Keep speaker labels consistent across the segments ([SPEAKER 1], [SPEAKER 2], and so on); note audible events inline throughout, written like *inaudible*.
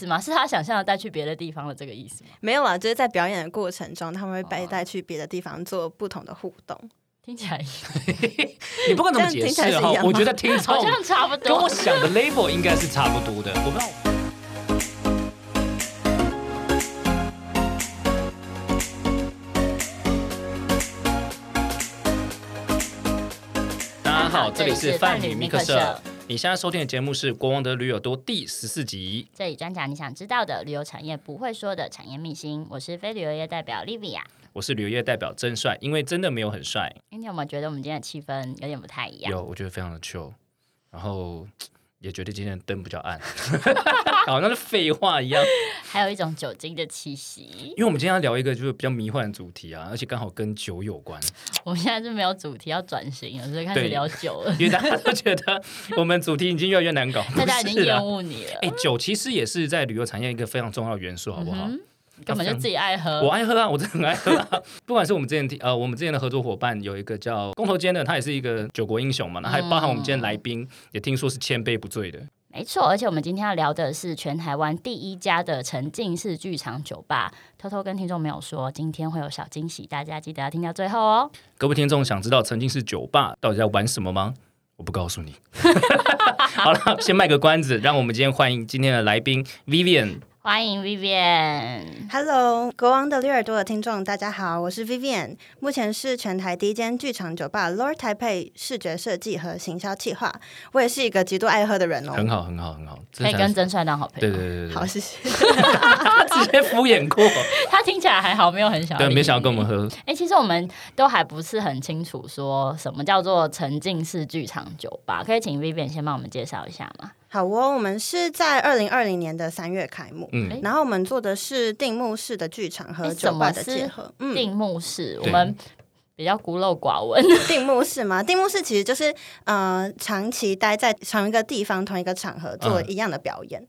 [SPEAKER 1] 思吗？是他想象的带去别的地方的这个意思吗？
[SPEAKER 2] 没有啊，就是在表演的过程中，他
[SPEAKER 1] 哦
[SPEAKER 2] 们会被带去别的地方做不同的互动。
[SPEAKER 1] 听起来
[SPEAKER 3] *laughs* 你不管怎么解
[SPEAKER 2] 这样听
[SPEAKER 3] 释
[SPEAKER 2] 起来是一
[SPEAKER 3] 哈
[SPEAKER 2] 样吗，
[SPEAKER 3] 我觉得听
[SPEAKER 1] 好
[SPEAKER 3] 众
[SPEAKER 1] 像差不多。
[SPEAKER 3] 跟我想的 level 应该是差不多的。我不知道。大家好，这里是范女密克社。你现在收听的节目是《国王的驴耳朵》第十四集。
[SPEAKER 1] 这里专讲你想知道的旅游产业不会说的产业秘辛。我是非旅游业代表 Livia。
[SPEAKER 3] 我是旅游业代表真帅，因为真的没有很帅。
[SPEAKER 1] 哎你有没有觉得我们今天的气氛有点不太一样？
[SPEAKER 3] 有，我觉得非常的 chill，然后也觉得今天的灯比较暗， *laughs* 好像是废话一样。
[SPEAKER 1] 还有一种酒精的气息。
[SPEAKER 3] 因为我们今天要聊一个就是比较迷幻的主题啊，而且刚好跟酒有关，
[SPEAKER 1] 我们现在是没有主题要转型了，所以开始
[SPEAKER 3] 对
[SPEAKER 1] 聊酒了。
[SPEAKER 3] 因为大家都觉得我们主题已经越来越难搞，
[SPEAKER 1] *laughs* 大家已
[SPEAKER 3] *laughs* 不
[SPEAKER 1] 经
[SPEAKER 3] 是啦
[SPEAKER 1] 厌恶你了
[SPEAKER 3] 哎、，酒其实也是在旅游产业一个非常重要的元素，好不好？
[SPEAKER 1] 嗯根本就自己爱
[SPEAKER 3] 我
[SPEAKER 1] 喝。
[SPEAKER 3] 爱喝啊，我真的很爱喝啊。不管是我们之前提呃，我们之前的合作伙伴有一个叫工头间的，他也是一个酒国英雄
[SPEAKER 1] 嗯
[SPEAKER 3] 嘛，那还包含我们今天来宾、也听说是千杯不醉的。
[SPEAKER 1] 没错，而且我们今天要聊的是全台湾第一家的沉浸式剧场酒吧。偷偷跟听众朋友说，今天会有小惊喜，大家记得要听到最后哦。
[SPEAKER 3] 各位听众想知道曾经是酒吧到底在玩什么吗？我不告诉你。 *laughs* 好了，先卖个关子，让我们今天欢迎今天的来宾 Vivian。
[SPEAKER 1] 欢迎 Vivian，
[SPEAKER 2] Hello，国王的绿耳朵的听众，大家好，我是 Vivian，目前是全台第一间剧场酒吧 Lord Taipei 视觉设计和行销企划。我也是一个极度爱喝的人哦。
[SPEAKER 3] 很好，很好，很好，
[SPEAKER 1] 可以
[SPEAKER 3] 真的
[SPEAKER 1] 跟
[SPEAKER 3] 是
[SPEAKER 1] 真帅当好朋
[SPEAKER 3] 对
[SPEAKER 1] 友。
[SPEAKER 3] 对对对
[SPEAKER 2] 好，
[SPEAKER 3] 对，
[SPEAKER 2] 谢谢。
[SPEAKER 3] 他直接敷衍过，
[SPEAKER 1] 他听起来还好，没有很想要
[SPEAKER 3] 对，
[SPEAKER 1] 理
[SPEAKER 3] 没想到跟
[SPEAKER 1] 你
[SPEAKER 3] 我们喝，
[SPEAKER 1] 哎、其实我们都还不是很清楚，说什么叫做沉浸式剧场酒吧，可以请 Vivian 先帮我们介绍一下吗？
[SPEAKER 2] 好哦，我们是在二零二零年的三月开幕，
[SPEAKER 1] 哎
[SPEAKER 3] 嗯，
[SPEAKER 2] 然后我们做的是定目式的剧场和
[SPEAKER 1] 诶
[SPEAKER 2] 酒吧的
[SPEAKER 1] 哎怎么是
[SPEAKER 2] 结合。嗯，
[SPEAKER 1] 定目式，我
[SPEAKER 3] 对
[SPEAKER 1] 们比较孤陋寡闻， *laughs*
[SPEAKER 2] *laughs* 定目式吗？定目式其实就是呃，长期待在同一个地方、同一个场合做
[SPEAKER 3] 嗯
[SPEAKER 2] 一样的表演。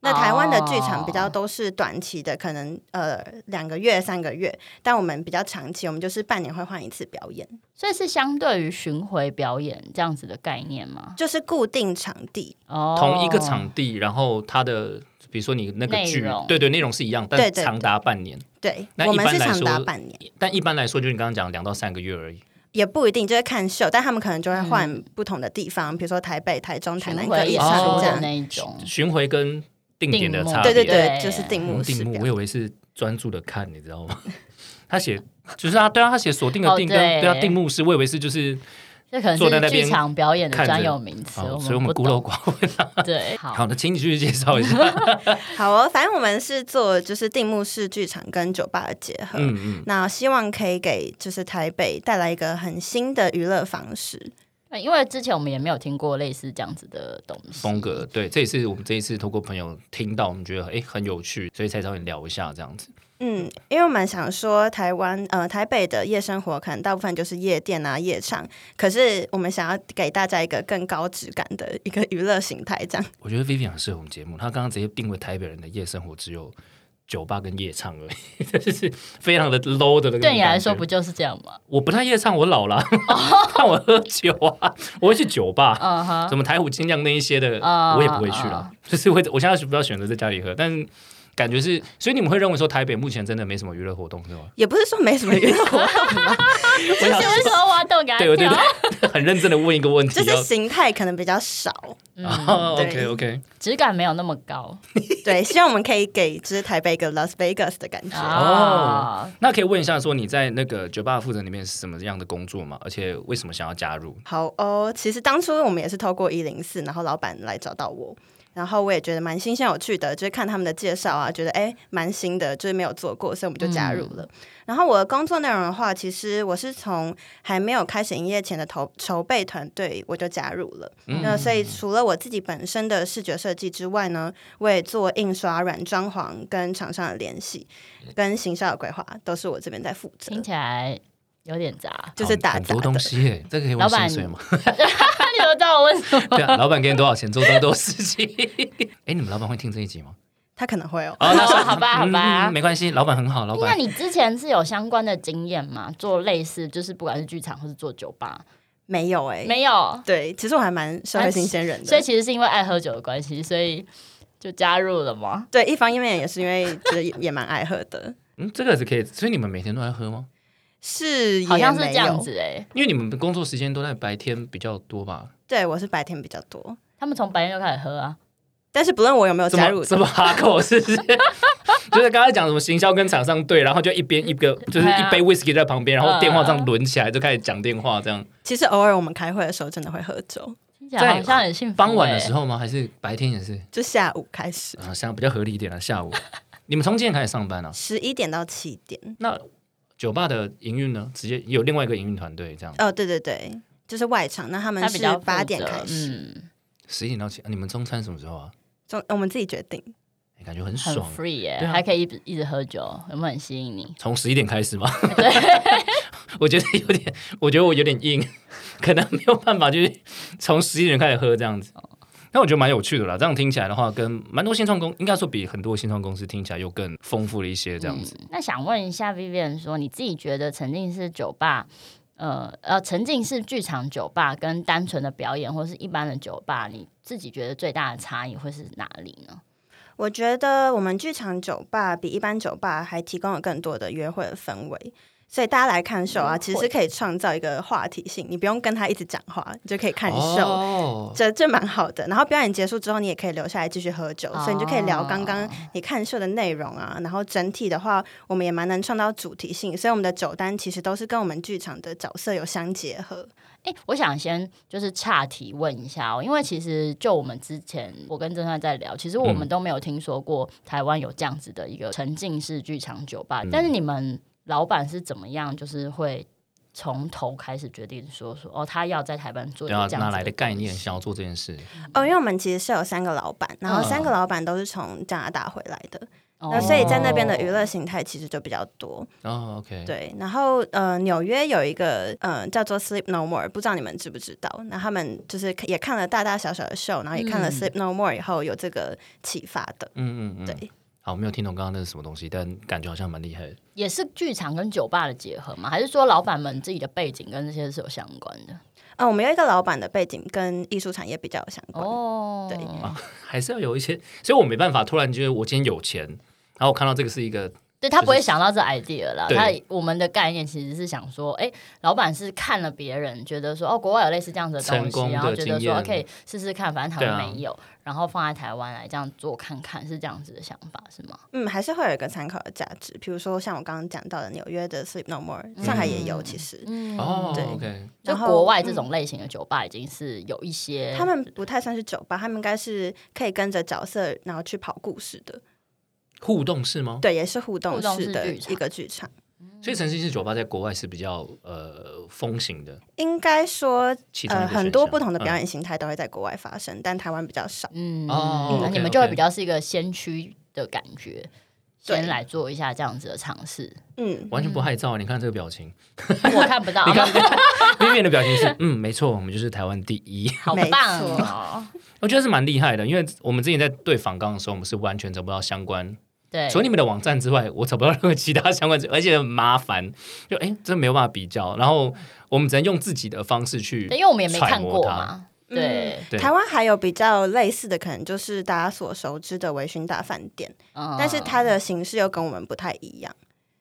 [SPEAKER 2] 那台湾的剧场比较都是短期的，可能呃两个月、三个月，但我们比较长期，我们就是半年会换一次表演，
[SPEAKER 1] 所以是相对于巡回表演这样子的概念吗？
[SPEAKER 2] 就是固定场地。
[SPEAKER 1] 哦，
[SPEAKER 3] 同一个场地，然后他的。比如说你那个剧
[SPEAKER 1] 内容，
[SPEAKER 3] 对对，内容是一样，
[SPEAKER 2] 对
[SPEAKER 3] 但
[SPEAKER 2] 对
[SPEAKER 3] 长达半年。
[SPEAKER 2] 对，
[SPEAKER 3] 那
[SPEAKER 2] 我
[SPEAKER 3] 一
[SPEAKER 2] 们
[SPEAKER 3] 般
[SPEAKER 2] 是
[SPEAKER 3] 来
[SPEAKER 2] 长达
[SPEAKER 3] 说
[SPEAKER 2] 半年，
[SPEAKER 3] 但一般来说，就是你刚刚讲两到三个月而已。
[SPEAKER 2] 也不一定就是看秀，但他们可能就会
[SPEAKER 3] 嗯
[SPEAKER 2] 换不同的地方，比如说台北、台中、台
[SPEAKER 1] 巡
[SPEAKER 2] 南各
[SPEAKER 1] 回
[SPEAKER 2] 一
[SPEAKER 1] 演
[SPEAKER 3] 场
[SPEAKER 2] 场
[SPEAKER 1] 出
[SPEAKER 2] 这
[SPEAKER 1] 的
[SPEAKER 2] 样。
[SPEAKER 1] 那一种。
[SPEAKER 3] 巡回跟定点的
[SPEAKER 1] 哦定目
[SPEAKER 3] 差别，
[SPEAKER 2] 对对对
[SPEAKER 1] 对，
[SPEAKER 2] 就是定目
[SPEAKER 3] 我
[SPEAKER 2] 式
[SPEAKER 3] 定目，
[SPEAKER 2] 表
[SPEAKER 3] 我以为是专注的看，你知道吗？ *laughs* 他写就是啊，对啊，他写锁定的
[SPEAKER 1] 哦
[SPEAKER 3] 定跟、
[SPEAKER 1] 对
[SPEAKER 3] 对啊定目是，我以为是就是，
[SPEAKER 1] 这可能
[SPEAKER 3] 坐在那
[SPEAKER 1] 是
[SPEAKER 3] 边
[SPEAKER 1] 剧场表演的
[SPEAKER 3] 看着
[SPEAKER 1] 专有名词，
[SPEAKER 3] 哦好，所以我们
[SPEAKER 1] 不
[SPEAKER 3] 孤陋
[SPEAKER 1] 懂。
[SPEAKER 3] 寡闻。啊
[SPEAKER 1] 对，好
[SPEAKER 3] *laughs* 好，的，请你继续介绍一下。
[SPEAKER 2] 好哦，反正我们是做就是定目式剧场跟酒吧的结合。
[SPEAKER 3] 嗯嗯，
[SPEAKER 2] 那希望可以给就是台北带来一个很新的娱乐方式。
[SPEAKER 1] 对因为之前我们也没有听过类似这样子的东西。
[SPEAKER 3] 风格对，这也是我们这一次透过朋友听到，我们觉得诶很有趣，所以才找你聊一下这样子。
[SPEAKER 2] 嗯，因为我们想说台湾呃台北的夜生活可能大部分就是夜店啊夜场，可是我们想要给大家一个更高质感的一个娱乐形态，这样
[SPEAKER 3] 我觉得 Vivian 很适合我们节目，他刚刚直接定位台北人的夜生活只有酒吧跟夜唱而已， *laughs* 就是非常的 low 的那个。
[SPEAKER 1] 对你来说不，就是这样吗？
[SPEAKER 3] 我不太夜唱，我老了， *laughs* 看我喝酒啊，我会去酒吧。
[SPEAKER 1] 嗯哼，
[SPEAKER 3] 什么台虎精酿那一些的，
[SPEAKER 1] 啊
[SPEAKER 3] 我也不会去了。就是会，我现在是比较选择在家里喝，但感觉是，所以你们会认为说台北目前真的没什么娱乐活动是吗？
[SPEAKER 2] 也不是说没什么娱乐活动啦，
[SPEAKER 1] 就是为什么挖洞给他
[SPEAKER 3] 对，我对
[SPEAKER 1] 跳？
[SPEAKER 3] 对， *laughs* 很认真的问一个问题
[SPEAKER 2] 就
[SPEAKER 3] 哦。
[SPEAKER 2] 是形态可能比较少。
[SPEAKER 3] *laughs* 哦
[SPEAKER 2] 对
[SPEAKER 3] OK OK，
[SPEAKER 1] 质感没有那么高
[SPEAKER 2] 对，希望我们可以给就是台北一个 Las Vegas 的感觉。
[SPEAKER 1] 啊。
[SPEAKER 3] 那可以问一下说你在那个酒吧负责里面是什么样的工作吗？而且为什么想要加入？
[SPEAKER 2] 好哦，其实当初我们也是透过一零四，然后老板来找到我，然后我也觉得蛮新鲜有趣的，就是看他们的介绍啊，觉得哎蛮新的，就是没有做过，所以我们就加入
[SPEAKER 3] 嗯
[SPEAKER 2] 了。然后我的工作内容的话，其实我是从还没有开始营业前的投筹备团队我就加入了。
[SPEAKER 3] 嗯
[SPEAKER 2] 那所以除了我自己本身的视觉设计之外呢，我也做印刷、软装潢跟厂商的联系，
[SPEAKER 3] 嗯
[SPEAKER 2] 跟行销的规划都是我这边在负责。
[SPEAKER 1] 听。起来有点杂
[SPEAKER 2] 就是打
[SPEAKER 3] 很
[SPEAKER 2] 杂
[SPEAKER 3] 多
[SPEAKER 2] 的
[SPEAKER 3] 东，西耶，这个可以问
[SPEAKER 1] 老板
[SPEAKER 3] 薪水吗？
[SPEAKER 1] 你有知道我问什么？
[SPEAKER 3] 对啊，老板给你多少钱做多多事情？ *laughs* 哎，你们老板会听这一集吗？
[SPEAKER 2] 他可能会哦。
[SPEAKER 3] 哦，那算
[SPEAKER 1] 好吧好吧
[SPEAKER 3] 嗯没关系，老板很好，老
[SPEAKER 1] 那
[SPEAKER 3] 板
[SPEAKER 1] 你之前是有相关的经验吗？做类似，就是不管是剧场或是做酒吧，
[SPEAKER 2] 没
[SPEAKER 3] *laughs*
[SPEAKER 2] 有哎、
[SPEAKER 1] 没有。
[SPEAKER 2] 对，其实我还蛮社会新鲜人的，
[SPEAKER 1] 所以其实是因为爱喝酒的关系，所以就加入了吗？
[SPEAKER 2] 对，一方面也是因为觉得也也蛮爱喝的，
[SPEAKER 3] 嗯，这个是可以，所以你们每天都在喝吗？
[SPEAKER 2] 是也
[SPEAKER 1] 好像是
[SPEAKER 2] 没
[SPEAKER 1] 这样
[SPEAKER 2] 有。
[SPEAKER 1] 子哎、
[SPEAKER 3] 因为你们工作时间都在白天比较多吧？
[SPEAKER 2] 对我是白天比较多，
[SPEAKER 1] 他们从白天就开始喝啊，
[SPEAKER 2] 但是不论我有没有
[SPEAKER 3] 怎
[SPEAKER 2] 加入
[SPEAKER 3] 么，怎么哈口是 *laughs* 不是？就是刚才讲什么行销跟厂商对，然后就一边一个就是一杯 whisky 在旁边，然后电话这样轮起来就开始讲电话，这样
[SPEAKER 2] 其实偶尔我们开会的时候真的会喝酒，
[SPEAKER 1] 听起来好
[SPEAKER 3] 在
[SPEAKER 1] 像很幸福、欸
[SPEAKER 3] 傍晚的时
[SPEAKER 1] 候，
[SPEAKER 3] 候吗？还是白天也是？
[SPEAKER 2] 就下午开始，
[SPEAKER 3] 啊，下午比较合理一点啊，下 *laughs* 午你们从几点开始上班啊？
[SPEAKER 2] 十一点到七点。
[SPEAKER 3] 那酒吧的营运呢？直接有另外一个营运团队这样，
[SPEAKER 2] 哦，对对对，就是外场，那他们
[SPEAKER 1] 他比
[SPEAKER 2] 是
[SPEAKER 1] 较负责
[SPEAKER 2] 八点开始，
[SPEAKER 1] 嗯，
[SPEAKER 3] 十一点到七，啊你们中餐什么时候啊？
[SPEAKER 2] 中我们自己决定。
[SPEAKER 3] 哎感觉很
[SPEAKER 1] 很
[SPEAKER 3] 爽，
[SPEAKER 1] free 耶、
[SPEAKER 3] 对啊
[SPEAKER 1] 还可以一直一直喝酒，有没有很吸引你？
[SPEAKER 3] 从十一点开始吗？ *laughs* 我觉得有点，我觉得我有点硬，可能没有办法，就是从十一点开始喝这样子。
[SPEAKER 1] 哦
[SPEAKER 3] 但我觉得蛮有趣的啦，这样听起来的话，跟蛮多新创公，应该说比很多新创公司听起来又更丰富了一些这样子。
[SPEAKER 1] 嗯那想问一下 Vivian 说，你自己觉得沉浸式酒吧，呃呃，沉浸式剧场酒吧跟单纯的表演或是一般的酒吧，你自己觉得最大的差异会是哪里呢？
[SPEAKER 2] 我觉得我们剧场酒吧比一般酒吧还提供了更多的约会的氛围。所以大家来看秀
[SPEAKER 1] 约
[SPEAKER 2] 啊，
[SPEAKER 1] 会
[SPEAKER 2] 其实是可以创造一个话题性，你不用跟他一直讲话，你就可以
[SPEAKER 1] 嗯
[SPEAKER 2] 看秀，
[SPEAKER 3] 哦，
[SPEAKER 2] 这这蛮好的。然后表演结束之后，你也可以留下来继续喝酒，所以你就可以聊刚刚
[SPEAKER 1] 哦
[SPEAKER 2] 你看秀的内容啊。然后整体的话，我们也蛮能创造主题性，所以我们的酒单其实都是跟我们剧场的角色有相结合。
[SPEAKER 1] 哎、我想先就是岔题问一下哦，因为其实就我们之前我跟郑帅在聊，其实我们
[SPEAKER 3] 嗯
[SPEAKER 1] 都没有听说过台湾有这样子的一个沉浸式剧场酒吧，
[SPEAKER 3] 嗯
[SPEAKER 1] 但是你们老板是怎么样，就是会从头开始决定说说哦，他要在台湾做一
[SPEAKER 3] 然
[SPEAKER 1] 个
[SPEAKER 3] 后
[SPEAKER 1] 这样
[SPEAKER 3] 啊哪
[SPEAKER 1] 子
[SPEAKER 3] 来的概
[SPEAKER 1] 东
[SPEAKER 3] 念
[SPEAKER 1] 西
[SPEAKER 3] 想要做这件事？
[SPEAKER 2] 哦，因为我们其实是有三个老板，然后
[SPEAKER 3] 嗯
[SPEAKER 2] 三个老板都是从加拿大回来的，那
[SPEAKER 1] 哦
[SPEAKER 2] 所以在那边的娱乐形态其实就比较多。
[SPEAKER 3] 哦，OK，
[SPEAKER 2] 对，然后呃，纽约有一个呃叫做 Sleep No More，不知道你们知不知道？那他们就是也看了大大小小的秀，然后也看了
[SPEAKER 1] 嗯
[SPEAKER 2] Sleep No More 以后有这个启发的。
[SPEAKER 3] 嗯嗯嗯，
[SPEAKER 2] 对。
[SPEAKER 3] 好，没有听懂刚刚那是什么东西，但感觉好像蛮厉害的。
[SPEAKER 1] 也是剧场跟酒吧的结合吗？还是说老板们自己的背景跟这些是有相关的？
[SPEAKER 2] 呃，我们有一个老板的背景跟艺术产业比较有相关。
[SPEAKER 1] 哦，
[SPEAKER 2] 对
[SPEAKER 3] 啊还是要有一些，所以我没办法突然觉得我今天有钱，然后我看到这个是一个
[SPEAKER 1] 对他
[SPEAKER 3] 就是
[SPEAKER 1] 不会想到这 idea 啦。
[SPEAKER 3] 对
[SPEAKER 1] 他我们的概念其实是想说，哎、老板是看了别人，觉得说哦，国外有类似这样子的东
[SPEAKER 3] 成
[SPEAKER 1] 西，
[SPEAKER 3] 功的
[SPEAKER 1] 然后觉得
[SPEAKER 3] 经
[SPEAKER 1] 说
[SPEAKER 3] 验
[SPEAKER 1] 哦可以试试看，反正台湾
[SPEAKER 3] 对啊
[SPEAKER 1] 没有，然后放在台湾来这样做看看，是这样子的想法是吗？
[SPEAKER 2] 嗯，还是会有一个参考的价值。比如说像我刚刚讲到的纽约的 Sleep No More，上海也有，其实、
[SPEAKER 1] 嗯
[SPEAKER 3] 哦
[SPEAKER 2] 对
[SPEAKER 3] ，OK，
[SPEAKER 1] 就
[SPEAKER 2] 然后嗯
[SPEAKER 1] 国外这种类型的酒吧已经是有一些
[SPEAKER 2] 他们不太算是酒吧，他们应该是可以跟着角色然后去跑故事的。
[SPEAKER 3] 互动式吗？
[SPEAKER 2] 对，也是互动
[SPEAKER 1] 互动
[SPEAKER 2] 式
[SPEAKER 1] 式
[SPEAKER 2] 的
[SPEAKER 1] 剧场
[SPEAKER 2] 一个剧场。
[SPEAKER 3] 所以沉浸式酒吧在国外是比较呃风行的，
[SPEAKER 2] 应该说，
[SPEAKER 3] 其中
[SPEAKER 2] 呃，
[SPEAKER 3] 一个选项
[SPEAKER 2] 很多不同的表、
[SPEAKER 3] 嗯
[SPEAKER 2] 演形态都会在国外发生，但台湾比较少。
[SPEAKER 1] 嗯，
[SPEAKER 3] 哦
[SPEAKER 1] 嗯
[SPEAKER 3] OK，
[SPEAKER 1] 你们就会
[SPEAKER 3] OK
[SPEAKER 1] 比较是一个先驱的感觉，
[SPEAKER 2] 对
[SPEAKER 1] 先来做一下这样子的尝
[SPEAKER 3] *laughs*
[SPEAKER 1] 试。
[SPEAKER 2] 嗯，哦
[SPEAKER 3] 完全不害臊。啊你看这个表情，
[SPEAKER 1] 我看不到，
[SPEAKER 3] 你看 Vivian 的表情是嗯，没错，我们就是台湾第一。 *laughs*
[SPEAKER 1] 好棒哦！
[SPEAKER 3] 我觉得是蛮厉害的，因为我们之前在对访纲的时候，我们是完全找不到相关，
[SPEAKER 1] 对，
[SPEAKER 3] 除了你们的网站之外，我找不到任何其他相关资， *laughs* 而且很麻烦，就哎，真的没有办法比较。然后我们只能用自己的方式去
[SPEAKER 1] 对，因为我们也没看过
[SPEAKER 3] 揣摩它
[SPEAKER 1] 嘛，对，
[SPEAKER 3] 对
[SPEAKER 2] 台湾还有比较类似的，可能就是大家所熟知的微醺大饭店，
[SPEAKER 1] 嗯
[SPEAKER 2] 但是它的形式又跟我们不太一样。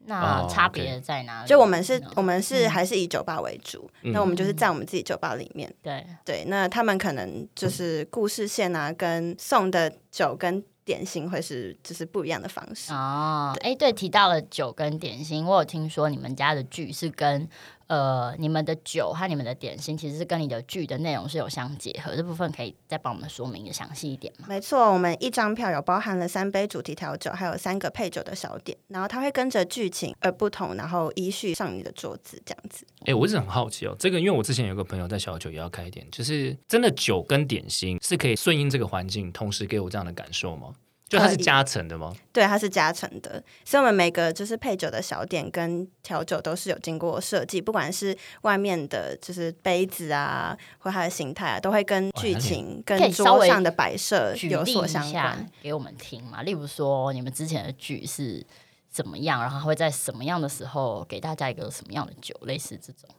[SPEAKER 1] 那
[SPEAKER 3] 哦
[SPEAKER 1] 差别在哪里？
[SPEAKER 2] 就我们是，我
[SPEAKER 1] 嗯
[SPEAKER 2] 们是还是以酒吧为主，
[SPEAKER 3] 嗯
[SPEAKER 2] 那我们就是在我们自己酒吧里面。
[SPEAKER 1] 对，
[SPEAKER 2] 对，那他们可能就是故事线啊，跟送的酒跟点心会是就是不一样的方式。
[SPEAKER 1] 哦，哎，对，提到了酒跟点心，我有听说你们家的剧是跟呃你们的酒和你们的点心其实是跟你的剧的内容是有相结合，这部分可以再帮我们说明的详细一点吗？
[SPEAKER 2] 没错，我们一张票有包含了三杯主题调酒，还有三个配酒的小点，然后它会跟着剧情而不同，然后依序上你的桌子这样子。
[SPEAKER 3] 哎、我一直很好奇哦，这个因为我之前有个朋友在小酒也要开店，就是真的酒跟点心是可以顺应这个环境，同时给我这样的感受吗？就它是
[SPEAKER 2] 可以
[SPEAKER 3] 加成的吗？
[SPEAKER 2] 对，它是加成的，所以我们每个就是配酒的小点跟调酒都是有经过设计，不管是外面的就是杯子啊，或它的形态啊，都会跟剧情、
[SPEAKER 1] 可以
[SPEAKER 2] 跟
[SPEAKER 1] 稍
[SPEAKER 2] 桌
[SPEAKER 1] 微
[SPEAKER 2] 上的摆设
[SPEAKER 1] 举
[SPEAKER 2] 呃有
[SPEAKER 1] 例
[SPEAKER 2] 所
[SPEAKER 1] 一
[SPEAKER 2] 相
[SPEAKER 1] 下
[SPEAKER 2] 关。
[SPEAKER 1] 给我们听嘛，例如说你们之前的剧是怎么样，然后会在什么样的时候给大家一个什么样的酒，类似这种。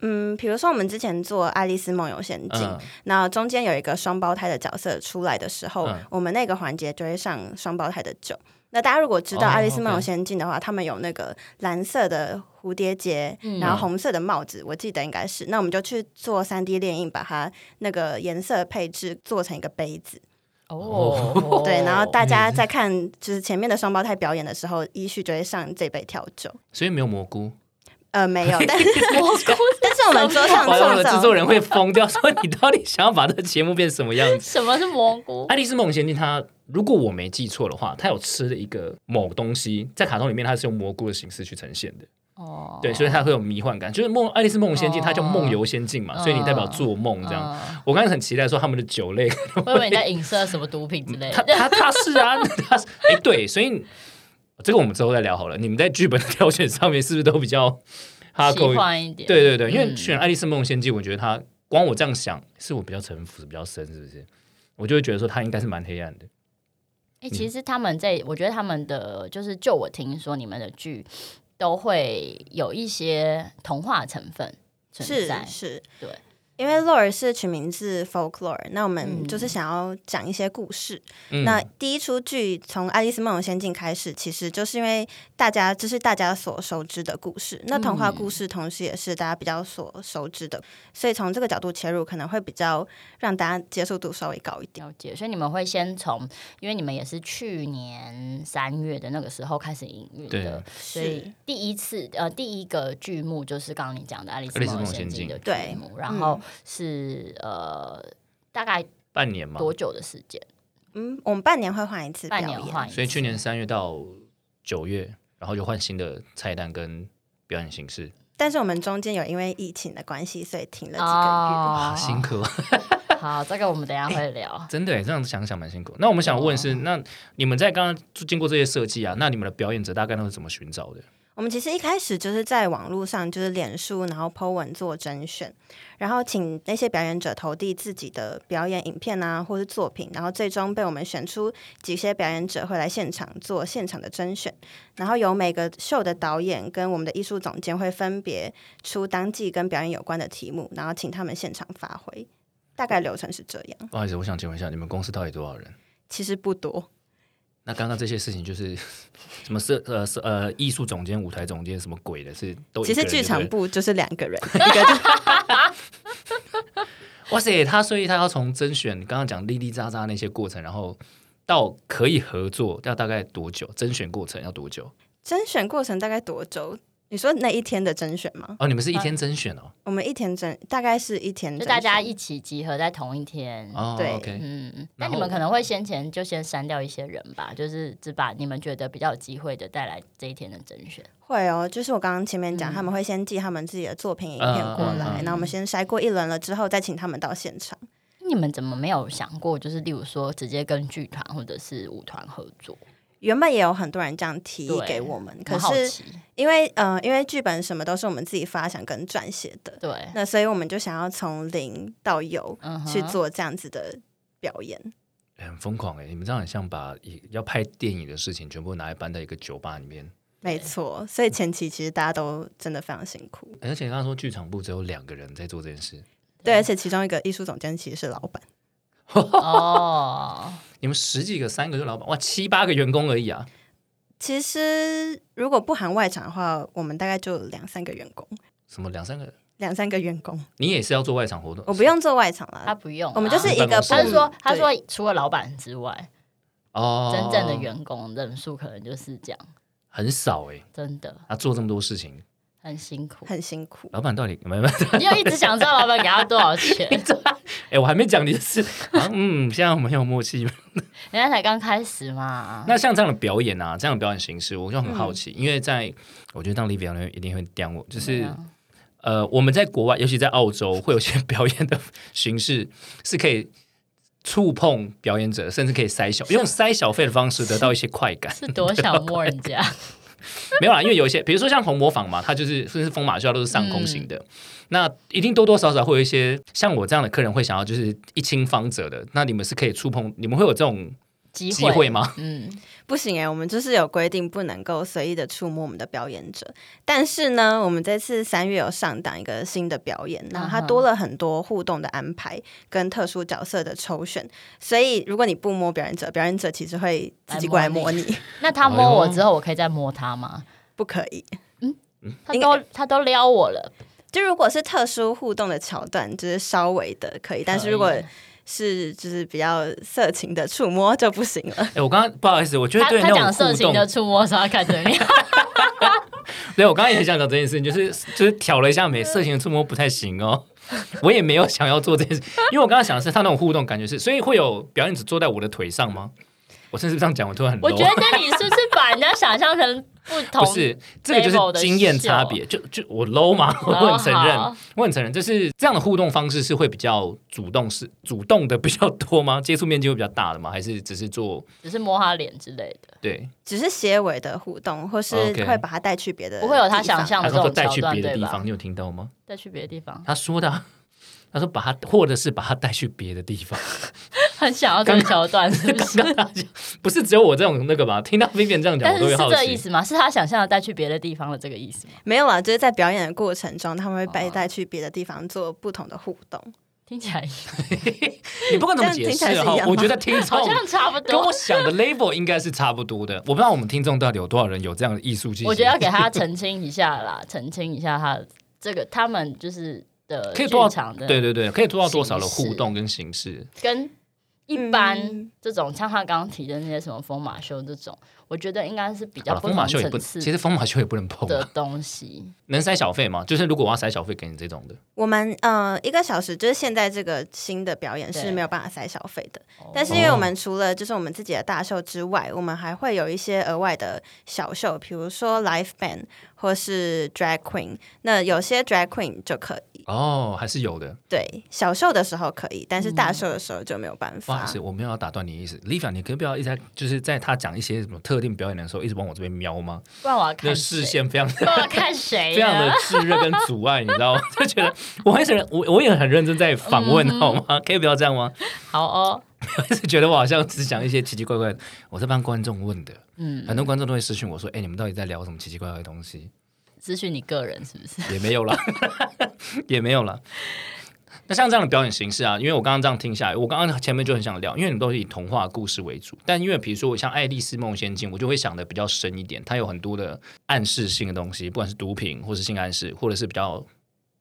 [SPEAKER 2] 嗯，比如说我们之前做《爱丽丝梦游仙
[SPEAKER 1] 呃
[SPEAKER 2] 境》
[SPEAKER 3] 嗯，
[SPEAKER 2] 那中间有一个双胞胎的角色出来的时候，
[SPEAKER 3] 嗯
[SPEAKER 2] 我们那个环节就会上双胞胎的酒。那大家如果知道《
[SPEAKER 3] 哦
[SPEAKER 2] 爱丽丝梦游
[SPEAKER 3] OK
[SPEAKER 2] 仙境》的话，他们有那个蓝色的蝴蝶结，
[SPEAKER 1] 嗯
[SPEAKER 2] 然后红色的帽子，我记得应该是。那我们就去做三 D 列印，把它那个颜色配置做成一个杯子。
[SPEAKER 1] 哦，
[SPEAKER 3] *laughs*
[SPEAKER 2] 对，
[SPEAKER 1] *laughs*
[SPEAKER 2] 然后大家在看就是前面的双胞胎表演的时候，依序就会上这杯调酒。
[SPEAKER 3] 所以没有蘑菇。
[SPEAKER 2] 呃，没有，
[SPEAKER 3] *laughs*
[SPEAKER 2] 但
[SPEAKER 1] 蘑菇，
[SPEAKER 2] 但是我们桌上
[SPEAKER 3] 完了，哦我
[SPEAKER 2] 送
[SPEAKER 3] 的制
[SPEAKER 2] 走
[SPEAKER 3] 作人会疯掉，说你到底想要把这个节目变什么样子？ *laughs*
[SPEAKER 1] 什么是蘑菇
[SPEAKER 3] 《爱丽丝梦游仙境》它，如果我没记错的话，它有吃了一个某东西，在卡通里面它是用蘑菇的形式去呈现的，
[SPEAKER 1] 哦，
[SPEAKER 3] 对，所以它会有迷幻感。就是梦《爱丽丝梦游仙境》，它叫
[SPEAKER 1] 哦
[SPEAKER 3] 梦游仙境嘛，所以你代表做梦这样。
[SPEAKER 1] 嗯
[SPEAKER 3] 我刚才很期待说他们的酒类，
[SPEAKER 1] 我以为你在影射什么毒品之类
[SPEAKER 3] 嗯它
[SPEAKER 1] *laughs* 的。
[SPEAKER 3] 它它是啊， *laughs* 它是哎、对，所以这个我们之后再聊好了。你们在剧本的挑选上面是不是都比较哈
[SPEAKER 1] 喜
[SPEAKER 3] 扣？
[SPEAKER 1] 欢一点，
[SPEAKER 3] 对对对，因为
[SPEAKER 1] 嗯
[SPEAKER 3] 选《爱丽丝梦游仙境》，我觉得它光我这样想，是我比较城府比较深，是不是？我就会觉得说它应该是蛮黑暗的。嗯
[SPEAKER 1] 哎、其实他们在，我觉得他们的就是，就我听说你们的剧都会有一些童话成分存
[SPEAKER 2] 是
[SPEAKER 1] 在，
[SPEAKER 2] 是，
[SPEAKER 1] 对。
[SPEAKER 2] 因为 lore 是取名字 folklore，那我们
[SPEAKER 1] 嗯
[SPEAKER 2] 就是想要讲一些故事。
[SPEAKER 3] 嗯，
[SPEAKER 2] 那第一出剧从《爱丽丝梦游仙境》开始，其实就是因为大家这是大家所熟知的故事，
[SPEAKER 1] 嗯
[SPEAKER 2] 那童话故事同时也是大家比较所熟知的，所以从这个角度切入，可能会比较让大家接受度稍微高一点。
[SPEAKER 1] 了解。所以你们会先从，因为你们也是去年三月的那个时候开始营运
[SPEAKER 3] 对
[SPEAKER 1] 的，所以第一次呃第一个剧目就是刚刚你讲的《爱丽丝
[SPEAKER 3] 爱丽丝
[SPEAKER 1] 梦游
[SPEAKER 3] 梦游
[SPEAKER 1] 仙
[SPEAKER 3] 仙
[SPEAKER 1] 境》的
[SPEAKER 3] 境
[SPEAKER 1] 剧目，然
[SPEAKER 2] 嗯
[SPEAKER 1] 后是、呃大概
[SPEAKER 3] 半年嘛，
[SPEAKER 1] 多久的时间？
[SPEAKER 2] 嗯，我们半年会换一次表
[SPEAKER 1] 半
[SPEAKER 2] 演，
[SPEAKER 1] 年换一次，
[SPEAKER 3] 所以去年三月到九月，然后就换新的菜单跟表演形式，
[SPEAKER 2] 但是我们中间有因为疫情的关系，所以停了几个月。
[SPEAKER 1] 哦
[SPEAKER 2] 啊
[SPEAKER 3] 好， *laughs* 辛苦，
[SPEAKER 1] 好，这个我们等一下会
[SPEAKER 2] 哎嗯
[SPEAKER 1] 聊。
[SPEAKER 3] 真的耶这样想想蛮辛苦。那我们想问是，
[SPEAKER 2] 哦
[SPEAKER 3] 那你们在刚刚经过这些设计啊，那你们的表演者大概都是怎么寻找的？
[SPEAKER 2] 我们其实一开始就是在网络上，就是脸书，然后 Po 文做甄选，然后请那些表演者投递自己的表演影片啊，或是作品，然后最终被我们选出几些表演者会来现场做现场的甄选，然后由每个秀的导演跟我们的艺术总监会分别出当季跟表演有关的题目，然后请他们现场发挥。大概流程是这样，
[SPEAKER 3] 不好意思，我想请问一下，你们公司到底多少人？
[SPEAKER 2] 其实不多。
[SPEAKER 3] 那刚刚这些事情就是什么设呃是呃艺术总监、舞台总监什么鬼的，是都一
[SPEAKER 2] 其实
[SPEAKER 3] 个人
[SPEAKER 2] 剧
[SPEAKER 3] 就
[SPEAKER 2] 场
[SPEAKER 3] 对了
[SPEAKER 2] 部就是两个人， *laughs* 一个就
[SPEAKER 3] 哇塞，他所以他要从甄选刚刚讲哩哩喳喳那些过程，然后到可以合作要大概多久？甄选过程要多久？
[SPEAKER 2] 甄选过程大概多久？你说那一天的甄选吗？
[SPEAKER 3] 哦，你们是一天甄选哦，
[SPEAKER 2] 我们一天整大概是一天整
[SPEAKER 1] 就
[SPEAKER 2] 整，
[SPEAKER 1] 大家一起集合在同一天。
[SPEAKER 3] 哦
[SPEAKER 2] 对
[SPEAKER 3] ，OK，
[SPEAKER 1] 嗯，那
[SPEAKER 3] 然后
[SPEAKER 1] 你们可能会先前就先删掉一些人吧，就是只把你们觉得比较有机会的带来这一天的甄选。
[SPEAKER 2] 会哦，就是我刚刚前面讲，
[SPEAKER 1] 嗯
[SPEAKER 2] 他们会先寄他们自己的作品影片过
[SPEAKER 1] 嗯嗯
[SPEAKER 2] 来，
[SPEAKER 1] 嗯
[SPEAKER 2] 那、我们先筛过一轮了之后，再请他们到现场。
[SPEAKER 1] 你们怎么没有想过，就是例如说直接跟剧团或者是舞团合作？
[SPEAKER 2] 原本也有很多人这样提议
[SPEAKER 1] 对
[SPEAKER 2] 给我们，可
[SPEAKER 1] 我好
[SPEAKER 2] 是
[SPEAKER 1] 奇，
[SPEAKER 2] 因为呃，因为剧本什么都是我们自己发想跟撰写的，
[SPEAKER 1] 对，
[SPEAKER 2] 那所以我们就想要从零到有
[SPEAKER 1] 嗯哼
[SPEAKER 2] 去做这样子的表演。
[SPEAKER 3] 很疯狂哎，你们这样很像把一要拍电影的事情全部拿来搬到一个酒吧里面，
[SPEAKER 2] 没错，所以前期其实大家都真的非常辛苦，
[SPEAKER 3] 而且刚刚说剧场部只有两个人在做这件事，
[SPEAKER 2] 对，而且其中一个艺术总监其实是老板，
[SPEAKER 1] 哦，
[SPEAKER 3] 你们十几个三个就老板哇，七八个员工而已啊，
[SPEAKER 2] 其实如果不含外场的话，我们大概就两三个员工，
[SPEAKER 3] 什么两三个，
[SPEAKER 2] 两三个员工，
[SPEAKER 3] 你也是要做外场活动？
[SPEAKER 2] 我不用做外场
[SPEAKER 1] 他
[SPEAKER 2] 了。
[SPEAKER 1] 不用啊，
[SPEAKER 2] 我们就是一个部，
[SPEAKER 1] 他是说他
[SPEAKER 2] 对
[SPEAKER 1] 说除了老板之外，
[SPEAKER 3] 哦，
[SPEAKER 1] 真正的员工人数可能就是这样，
[SPEAKER 3] 很少哎，
[SPEAKER 1] 真的
[SPEAKER 3] 他做这么多事情，
[SPEAKER 1] 很辛苦。
[SPEAKER 2] 很辛苦。
[SPEAKER 3] 老板到底没没
[SPEAKER 1] 你又一直想知道老板给他多少
[SPEAKER 3] *laughs*
[SPEAKER 1] 钱，
[SPEAKER 3] 哎，我还没讲你的事，啊嗯，现在我们很有默契。
[SPEAKER 1] 人家才刚开始嘛。
[SPEAKER 3] 那像这样的表演啊，这样的表演形式，我就很好奇，因为在我觉得当 l i v 人一定会刁我，就是、
[SPEAKER 1] 啊
[SPEAKER 3] 呃，我们在国外，尤其在澳洲，会有一些表演的形式是可以触碰表演者，甚至可
[SPEAKER 1] *laughs*
[SPEAKER 3] 以塞小，用塞小费的方式得到一些快感。 *laughs*
[SPEAKER 1] 是多想摸人家，
[SPEAKER 3] 啊没有啦，因为有一些，比如说像红模仿嘛，它就是甚至风马秀都是上空型
[SPEAKER 1] 嗯
[SPEAKER 3] 的，那一定多多少少会有一些像我这样的客人会想要就是一清方者的，那你们是可以触碰，你们会有这种
[SPEAKER 1] 机
[SPEAKER 3] 机会？吗？
[SPEAKER 1] 嗯，
[SPEAKER 2] 不行哎、我们就是有规定不能够随意的触摸我们的表演者。但是呢，我们这次三月有上档一个新的表演，然后它
[SPEAKER 1] 嗯哼
[SPEAKER 2] 多了很多互动的安排跟特殊角色的抽选。所以如果你不摸表演者，表演者其实会自己过来
[SPEAKER 1] *laughs*
[SPEAKER 2] 摸你，
[SPEAKER 1] 那他摸
[SPEAKER 3] 哎
[SPEAKER 1] 我之后，我可以再摸他吗？
[SPEAKER 2] 不可以。
[SPEAKER 1] 他
[SPEAKER 2] 应该
[SPEAKER 1] 都他都撩我了，
[SPEAKER 2] 就如果是特殊互动的桥段，就是稍微的可以，但是如果是就是比较色情的触摸就不行了。
[SPEAKER 3] 哎、我刚刚不好意思，我觉得
[SPEAKER 1] 他
[SPEAKER 3] 对
[SPEAKER 1] 他
[SPEAKER 3] 那种
[SPEAKER 1] 讲色
[SPEAKER 3] 互
[SPEAKER 1] 情
[SPEAKER 3] 动，
[SPEAKER 1] 的触摸的时候，他看着
[SPEAKER 3] *laughs*
[SPEAKER 1] 你，
[SPEAKER 3] 对我刚刚也很想讲这件事情，就是就是挑了一下眉，色情的触摸不太行哦。 *laughs* 我也没有想要做这件事，因为我刚刚想的是他那种互动感觉是，所以会有表演者坐在我的腿上吗？我甚至这样讲，我突然很 low
[SPEAKER 1] 我觉得你是不是把人家想象成不同？
[SPEAKER 3] 不是这个就是
[SPEAKER 1] level 的
[SPEAKER 3] 经验
[SPEAKER 1] 秀
[SPEAKER 3] 差别，就就我 low 嘛，我很承认，
[SPEAKER 1] 哦好
[SPEAKER 3] 我很承认，就是这样的互动方式是会比较主动是主动的比较多吗？接触面积会比较大的吗？还是只是做
[SPEAKER 1] 只是摸他脸之类的，
[SPEAKER 3] 对？
[SPEAKER 2] *laughs* 只是结尾的互动，或是
[SPEAKER 3] OK
[SPEAKER 2] 会把他带去别的地
[SPEAKER 1] 不
[SPEAKER 2] 方，
[SPEAKER 1] 会有他想象
[SPEAKER 3] 他
[SPEAKER 1] 的这
[SPEAKER 3] 说
[SPEAKER 1] 种
[SPEAKER 3] 带
[SPEAKER 1] 桥
[SPEAKER 3] 去
[SPEAKER 1] 段
[SPEAKER 3] 别的
[SPEAKER 1] 对
[SPEAKER 3] 地
[SPEAKER 1] 吧
[SPEAKER 3] 方，？你有听到吗？
[SPEAKER 1] 再去别的地方， *laughs*
[SPEAKER 3] 他说的啊、他说把他或者是把他带去别的地方，
[SPEAKER 1] 很想要这个桥段，是不是？
[SPEAKER 3] 不是只有我这种那个吧？听到 Vivian 这样讲，
[SPEAKER 1] 但
[SPEAKER 3] 我
[SPEAKER 1] 是
[SPEAKER 3] 都
[SPEAKER 1] 是
[SPEAKER 3] 会好
[SPEAKER 1] 这意
[SPEAKER 3] 奇。
[SPEAKER 1] 思吗？是他想象的带去别的地方的这个意思吗？
[SPEAKER 2] 没有啦，就是在表演的过程中，他们会被
[SPEAKER 1] 哦
[SPEAKER 2] 带去别的地方做不同的互动。
[SPEAKER 1] 听起来
[SPEAKER 3] 你不管怎么解
[SPEAKER 2] 这样听
[SPEAKER 3] 释
[SPEAKER 2] 起来是
[SPEAKER 3] 哈
[SPEAKER 2] 一样，吗
[SPEAKER 3] *laughs* 我觉得听众
[SPEAKER 1] 好像差不
[SPEAKER 3] 跟
[SPEAKER 1] 多
[SPEAKER 3] 我。想的 label 应该是差不多的。我不知道我们听众到底有多少人有这样的艺术气息。
[SPEAKER 1] 我觉得要给
[SPEAKER 3] *laughs*
[SPEAKER 1] 他澄清一下啦，澄清一下他这个他们就是的
[SPEAKER 3] 可以
[SPEAKER 1] 剧
[SPEAKER 3] 做到
[SPEAKER 1] 场的，
[SPEAKER 3] 对对对，可以做到多少的
[SPEAKER 1] 形式
[SPEAKER 3] 互动跟形式？
[SPEAKER 1] 跟一般
[SPEAKER 2] 嗯
[SPEAKER 1] 这种像他刚刚提的那些什么疯马秀这种，我觉得应该是比
[SPEAKER 3] 好
[SPEAKER 1] 较
[SPEAKER 3] 了，
[SPEAKER 1] 不
[SPEAKER 3] 疯
[SPEAKER 1] 同
[SPEAKER 3] 马秀也不，
[SPEAKER 1] 层
[SPEAKER 3] 其
[SPEAKER 1] 次
[SPEAKER 3] 实疯马秀也不能碰
[SPEAKER 1] 的
[SPEAKER 3] 啊，
[SPEAKER 1] 东西。
[SPEAKER 3] 能塞小费吗？就是如果我要塞小费给你这种的，
[SPEAKER 2] 我们呃一个小时，就是现在这个新的表演是
[SPEAKER 1] 对
[SPEAKER 2] 没有办法塞小费的，
[SPEAKER 1] 哦
[SPEAKER 2] 但是因为我们除了就是我们自己的大秀之外，我们还会有一些额外的小秀，比如说 live band 或是 drag queen。那有些 drag queen 就可以，
[SPEAKER 3] 哦，还是有的。
[SPEAKER 2] 对，小秀的时候可以，但是大秀的时候就没有办
[SPEAKER 3] 不好
[SPEAKER 2] 法
[SPEAKER 1] 啊
[SPEAKER 3] 意。思，我没有要打断你的意思，Livia，你可以不要一直在就是在他讲一些什么特定表演的时候，一直往我这边瞄吗？
[SPEAKER 1] 不然我要
[SPEAKER 3] 那
[SPEAKER 1] 看
[SPEAKER 3] 视
[SPEAKER 1] 谁，
[SPEAKER 3] 线非常
[SPEAKER 1] 不然我要看谁啊
[SPEAKER 3] 非常的
[SPEAKER 1] 哎呀？
[SPEAKER 3] 炙热跟阻碍，你知道吗？ *laughs* 就觉得我很认，我我也很认真在访问，好吗？可以不要这样吗？
[SPEAKER 1] 好哦，
[SPEAKER 3] 就是觉得我好像只讲一些奇奇怪怪的，我在帮观众问的，
[SPEAKER 1] 嗯，
[SPEAKER 3] 很多观众都会私讯我说，哎、你们到底在聊什么奇奇怪怪的东西？
[SPEAKER 1] 咨询你个人是不是？
[SPEAKER 3] 也没有了， *laughs* 也没有了。那像这样的表演形式啊，因为我刚刚这样听下来，我刚刚前面就很想聊，因为你们都是以童话故事为主，但因为比如说我像《爱丽丝梦仙境》，我就会想的比较深一点，它有很多的暗示性的东西，不管是毒品，或是性暗示，或者是比较